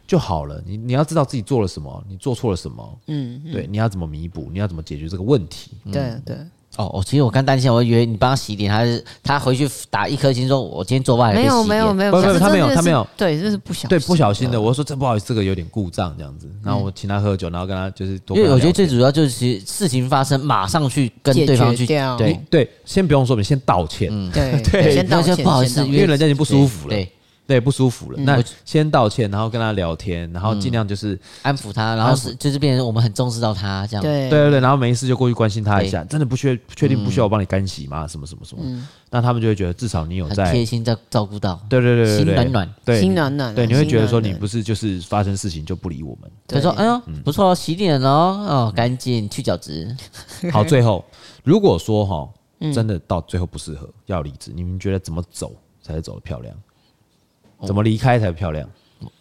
[SPEAKER 1] 就好了。你你要知道自己做了什么，你做错了什么，嗯，对，你要怎么弥补，你要怎么解决这个问题，
[SPEAKER 2] 对对，
[SPEAKER 3] 哦，我其实我刚担心，我以为你帮他洗脸，他是他回去打一颗星说，我今天做饭还
[SPEAKER 2] 没有没有
[SPEAKER 3] 有，
[SPEAKER 2] 没有，
[SPEAKER 1] 不不
[SPEAKER 2] 可是
[SPEAKER 1] 他没有
[SPEAKER 2] 这
[SPEAKER 1] 他没有
[SPEAKER 2] 是对，这是嗯不小心
[SPEAKER 1] 对，不小心的，我说这不好意思，这个有点故障这样子，然
[SPEAKER 2] 嗯
[SPEAKER 1] 后我请他喝酒，然后跟他就是多跟
[SPEAKER 3] 因为
[SPEAKER 1] 他
[SPEAKER 3] 我觉
[SPEAKER 1] 聊
[SPEAKER 3] 得最主要就是其实事情发生马上去跟
[SPEAKER 2] 解
[SPEAKER 3] 对方
[SPEAKER 2] 决
[SPEAKER 3] 去
[SPEAKER 2] 掉，
[SPEAKER 3] 对
[SPEAKER 1] 哦对，先不用说明，先道歉，
[SPEAKER 2] 对
[SPEAKER 1] 对
[SPEAKER 2] 先
[SPEAKER 3] 那
[SPEAKER 2] 道
[SPEAKER 3] 就
[SPEAKER 2] 歉，
[SPEAKER 3] 不好意
[SPEAKER 2] 先
[SPEAKER 3] 思
[SPEAKER 2] 道歉
[SPEAKER 1] 因为人家已经不舒服了，
[SPEAKER 3] 对，嗯
[SPEAKER 1] 对，不舒服了，那
[SPEAKER 3] 我
[SPEAKER 1] 先道歉，然后跟他聊天，然后尽量就是
[SPEAKER 3] 安抚他，然后是就是变成我们很重视到他这样。
[SPEAKER 1] 对
[SPEAKER 2] 对
[SPEAKER 1] 对对，然后没事就过去关心他一下，真的不确确定
[SPEAKER 3] 嗯
[SPEAKER 1] 不需要我帮你干洗吗？什么什么什么，那他们就会觉得至少你有
[SPEAKER 3] 很
[SPEAKER 1] 在，
[SPEAKER 3] 贴心，在照顾到。
[SPEAKER 1] 对对对对
[SPEAKER 3] 心
[SPEAKER 1] 对，
[SPEAKER 3] 暖暖
[SPEAKER 1] 对
[SPEAKER 2] 心暖暖啊
[SPEAKER 1] 对，你会觉得说你
[SPEAKER 2] 心暖暖
[SPEAKER 1] 不是就是发生事情就不理我们。
[SPEAKER 3] 他说：“哎呦，
[SPEAKER 1] 嗯
[SPEAKER 3] 不错哦，洗脸哦，哦，干净，去角质。
[SPEAKER 1] 好，最后如果说 哈，
[SPEAKER 2] 嗯
[SPEAKER 1] 真的到最后不适合要离职，你们觉得怎么走才是走的漂亮？
[SPEAKER 3] 哦
[SPEAKER 1] 怎么离开才漂亮？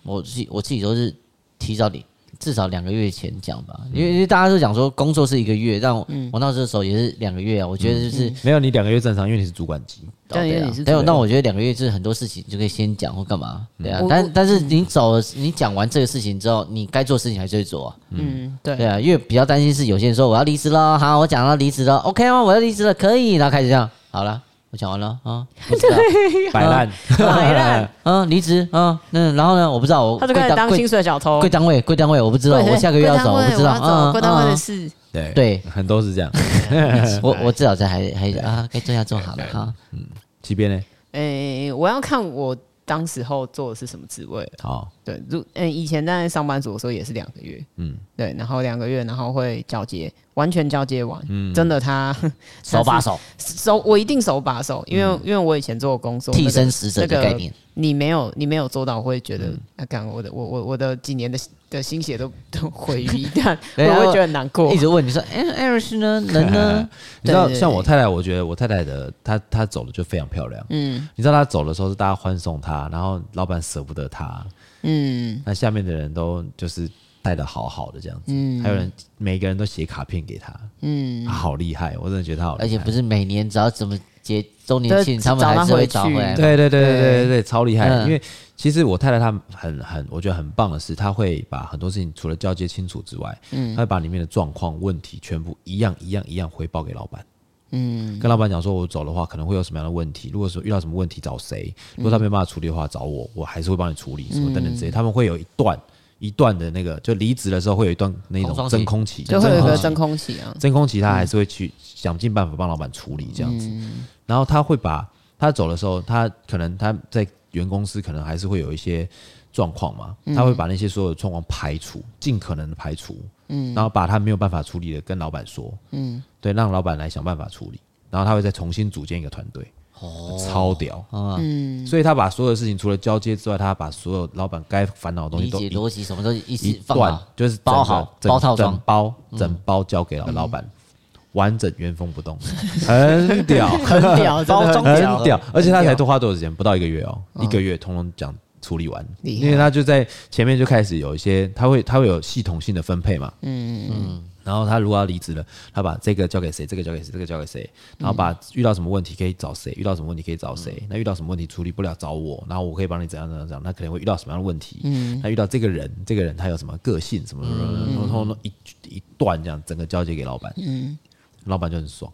[SPEAKER 3] 我自己我自己都是提早你至少两个月前讲吧，因为因为大家都讲说工作是一个月，但我
[SPEAKER 2] 嗯
[SPEAKER 3] 我那时候手也是两个月啊。我觉得就是
[SPEAKER 1] 没有，你两个月正常，因为你是主管级。
[SPEAKER 3] 哦
[SPEAKER 2] 但因为
[SPEAKER 3] 对啊
[SPEAKER 2] 你嗯是
[SPEAKER 3] 但
[SPEAKER 2] 主
[SPEAKER 3] 我
[SPEAKER 2] 管
[SPEAKER 3] 那我觉得两个月就是很多事情就可以先讲或干嘛，对啊
[SPEAKER 2] 我。我
[SPEAKER 3] 但但是你走了，你讲完这个事情之后，你该做的事情还是会做啊。
[SPEAKER 2] 嗯对
[SPEAKER 3] 对啊，因为比较担心是有些人说我要离职了，好，我讲到离职了，OK 吗？我要离职了，可以，然后开始这样，好了，我讲完了啊，不知道，
[SPEAKER 1] 摆烂，
[SPEAKER 2] 摆烂，
[SPEAKER 3] 嗯，离职 啊，那然后呢？我不知道，我
[SPEAKER 2] 他就
[SPEAKER 3] 贵
[SPEAKER 2] 开始
[SPEAKER 3] 单
[SPEAKER 2] 当
[SPEAKER 3] 贵
[SPEAKER 2] 薪水小偷
[SPEAKER 3] 贵，单位，贵单位，我不知道，
[SPEAKER 2] 哦对
[SPEAKER 3] 我下个月要
[SPEAKER 2] 贵单
[SPEAKER 3] 走，
[SPEAKER 2] 位
[SPEAKER 3] 不知
[SPEAKER 1] 嗯
[SPEAKER 3] 道
[SPEAKER 2] 我要
[SPEAKER 3] 啊
[SPEAKER 2] 走，贵单位的
[SPEAKER 3] 啊，
[SPEAKER 2] 事，
[SPEAKER 1] 对
[SPEAKER 3] 对
[SPEAKER 1] 很多是这样。哎
[SPEAKER 3] 我我至少这还还啊，该做要做好了哈。
[SPEAKER 1] 这边呢？
[SPEAKER 2] 诶，我要看我当时候做的是什么职位了。
[SPEAKER 1] 好，
[SPEAKER 2] 对，如嗯，以前在上班族的时候也是两个月，嗯，对，然后两个月，然后会交接，完全交接完，
[SPEAKER 3] 嗯
[SPEAKER 2] 真的他
[SPEAKER 3] 手把手，
[SPEAKER 2] 手，我一定手把手，因为、因为我以前做的工作，
[SPEAKER 3] 嗯替身嗯使者
[SPEAKER 2] 那
[SPEAKER 3] 的
[SPEAKER 2] 个
[SPEAKER 3] 概念，
[SPEAKER 2] 你没有你没有做到，我会觉得、啊，干我的我我我的几年的的心血都都毁于一 旦，我
[SPEAKER 3] 对啊
[SPEAKER 2] 会觉得很难过
[SPEAKER 3] 一。直问你说，哎，艾瑞斯 呢？人呢？
[SPEAKER 1] 你知道，
[SPEAKER 2] 对对
[SPEAKER 1] 像我太太，我觉得我太太的她她走的就非常漂亮。嗯，你知道她走的时候是大家欢送她，然后老板舍不得她，
[SPEAKER 2] 嗯，
[SPEAKER 1] 那下面的人都就是带的好好的这样子，还有人
[SPEAKER 2] 嗯
[SPEAKER 1] 啊每个人都写卡片给她，嗯，好厉害，我真的觉得她好厉害，
[SPEAKER 3] 而且不是每年只要怎么节周年庆，他们还是会找回来嘛。
[SPEAKER 1] 对对对对对对，超厉害！
[SPEAKER 3] 嗯
[SPEAKER 1] 因为其实我太太她很很，我觉得很棒的是，她会把很多事情除了交接清楚之外，她会把里面的状况、问题全部一样一样一样汇报给老板。嗯，跟老板讲说，我走的话可能会有什么样的问题，如果说遇到什么问题找谁，如果他没办法处理的话找我，我还是会帮你处理什么等等之类，他们会有一段一段的那个，就离职的时候会有一段那种
[SPEAKER 3] 空窗期
[SPEAKER 1] 真空期，
[SPEAKER 2] 就会有一个
[SPEAKER 1] 期
[SPEAKER 2] 真空期啊。
[SPEAKER 1] 真空期他还是会去想尽办法帮老板处理这样子。然后他会把他走的时候，他可能他在原公司可能还是会有一些状况嘛，他会把那些所有的状况排除，尽可能的排除，嗯，然后把他没有办法处理的跟老板说，嗯，对，让老板来想办法处理，然后他会再重新组建一个团队。哦，超屌！嗯，所以他把所有的事情除了交接之外，他把所有老板该烦恼的东西
[SPEAKER 3] 理
[SPEAKER 1] 都
[SPEAKER 3] 解
[SPEAKER 1] 一
[SPEAKER 3] 逻辑什么都一
[SPEAKER 1] 一
[SPEAKER 3] 起放
[SPEAKER 1] 段
[SPEAKER 3] 好，
[SPEAKER 1] 就是整
[SPEAKER 3] 包
[SPEAKER 1] 个
[SPEAKER 3] 好
[SPEAKER 1] 整
[SPEAKER 3] 包套
[SPEAKER 1] 整
[SPEAKER 3] 装，嗯
[SPEAKER 1] 包整包交给老老板，完整原封不动， 很屌， 很
[SPEAKER 2] 屌真的 很
[SPEAKER 3] 包装屌
[SPEAKER 1] 很屌，而且他才多花多少时间？不到一个月哦，一个月通通讲处理完，
[SPEAKER 2] 厉
[SPEAKER 1] 因为他就在前面就开始有一些，他会他会有系统性的分配嘛，嗯嗯。然后他如果要离职了，他把这个交给谁，这个交给谁，这个交给谁，然后把遇到什么问题可以找谁，遇到什么问题可以找谁，那遇到什么问题处理不了找我，然后我可以帮你怎样怎样怎样，他可能会遇到什么样的问题，嗯，他遇到这个人，这个人他有什么个性什么什么，然后通通一一段这样整个交接给老板，嗯，老板就很爽，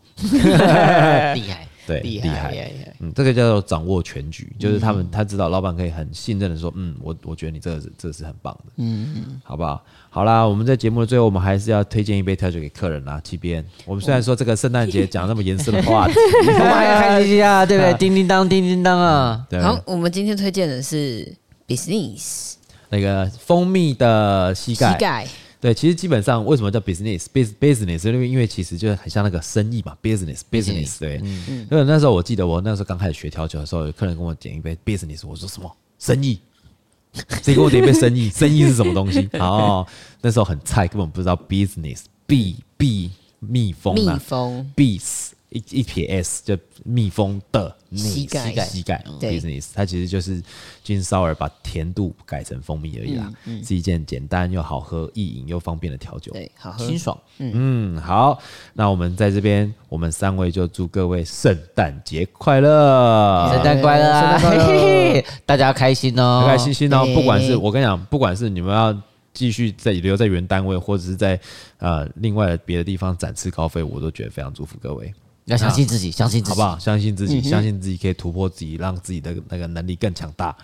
[SPEAKER 3] 厉 害。
[SPEAKER 1] 对，
[SPEAKER 2] 厉
[SPEAKER 1] 厉
[SPEAKER 2] 害
[SPEAKER 1] 害嗯
[SPEAKER 2] 厉害厉害
[SPEAKER 1] 嗯，这个叫做掌握全局，就是他们他知道老板可以很信任的说，嗯，我我觉得你这个是这个是很棒的，嗯，好不好？好啦，我们在节目的最后，我们还是要推荐一杯调酒给客人啦。T B N，我们虽然说这个圣诞节讲那么严肃的话题，
[SPEAKER 3] 我
[SPEAKER 1] 哦
[SPEAKER 3] 们还开心心啊，对
[SPEAKER 2] 哎
[SPEAKER 3] 不对？叮叮当，叮叮当啊！
[SPEAKER 1] 对，
[SPEAKER 2] 好，我们今天推荐的是 business
[SPEAKER 1] 那个蜂蜜的膝
[SPEAKER 2] 膝
[SPEAKER 1] 盖，
[SPEAKER 2] 盖，
[SPEAKER 1] 对，其实基本上为什么叫 business bus business，因为因为其实就是很像那个生意嘛，business business，对，因为那时候我记得我那时候刚开始学调酒的时候，有客人跟我点一杯 business，我说什么生意。谁给我点一杯生意？生意是什么东西？哦，那时候很菜，根本不知道 business b b 蜜蜂
[SPEAKER 2] 蜜
[SPEAKER 1] 啊
[SPEAKER 2] 蜂，
[SPEAKER 1] ，bees 一一撇 s 就蜜蜂的
[SPEAKER 2] 膝盖
[SPEAKER 1] 膝盖膝盖
[SPEAKER 2] 对
[SPEAKER 1] business，它其实就是金烧尔把甜度改成蜂蜜而已啦，是一件简单又好喝、易饮又方便的调酒。
[SPEAKER 2] 嗯对，好喝
[SPEAKER 3] 清。爽，
[SPEAKER 1] 嗯，好，那我们在这边，我们三位就祝各位圣诞节快乐，
[SPEAKER 3] 圣诞快乐啊！
[SPEAKER 2] 哎圣诞快乐
[SPEAKER 3] 嘿嘿嘿大家开心哦，
[SPEAKER 1] 开开心心哦。
[SPEAKER 2] 对
[SPEAKER 1] 不管是我跟你讲，不管是你们要继续在留在原单位，或者是在呃另外的别的地方展翅高飞，我都觉得非常祝福各位。
[SPEAKER 3] 要相信自己，相信自己，嗯
[SPEAKER 1] 好不好？相信自己，相信自己可以突破自己，让自己的那个能力更强大。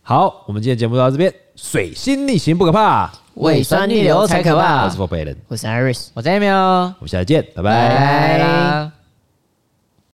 [SPEAKER 1] 好，我们今天节目到这边，水星逆行不可怕。
[SPEAKER 3] 胃酸逆流才可怕
[SPEAKER 1] 我是。Four b a l a n
[SPEAKER 2] 我是 Iris，
[SPEAKER 3] 我在喵，哦
[SPEAKER 1] 我们下次见，拜
[SPEAKER 3] 拜
[SPEAKER 1] 拜。
[SPEAKER 3] 拜啦。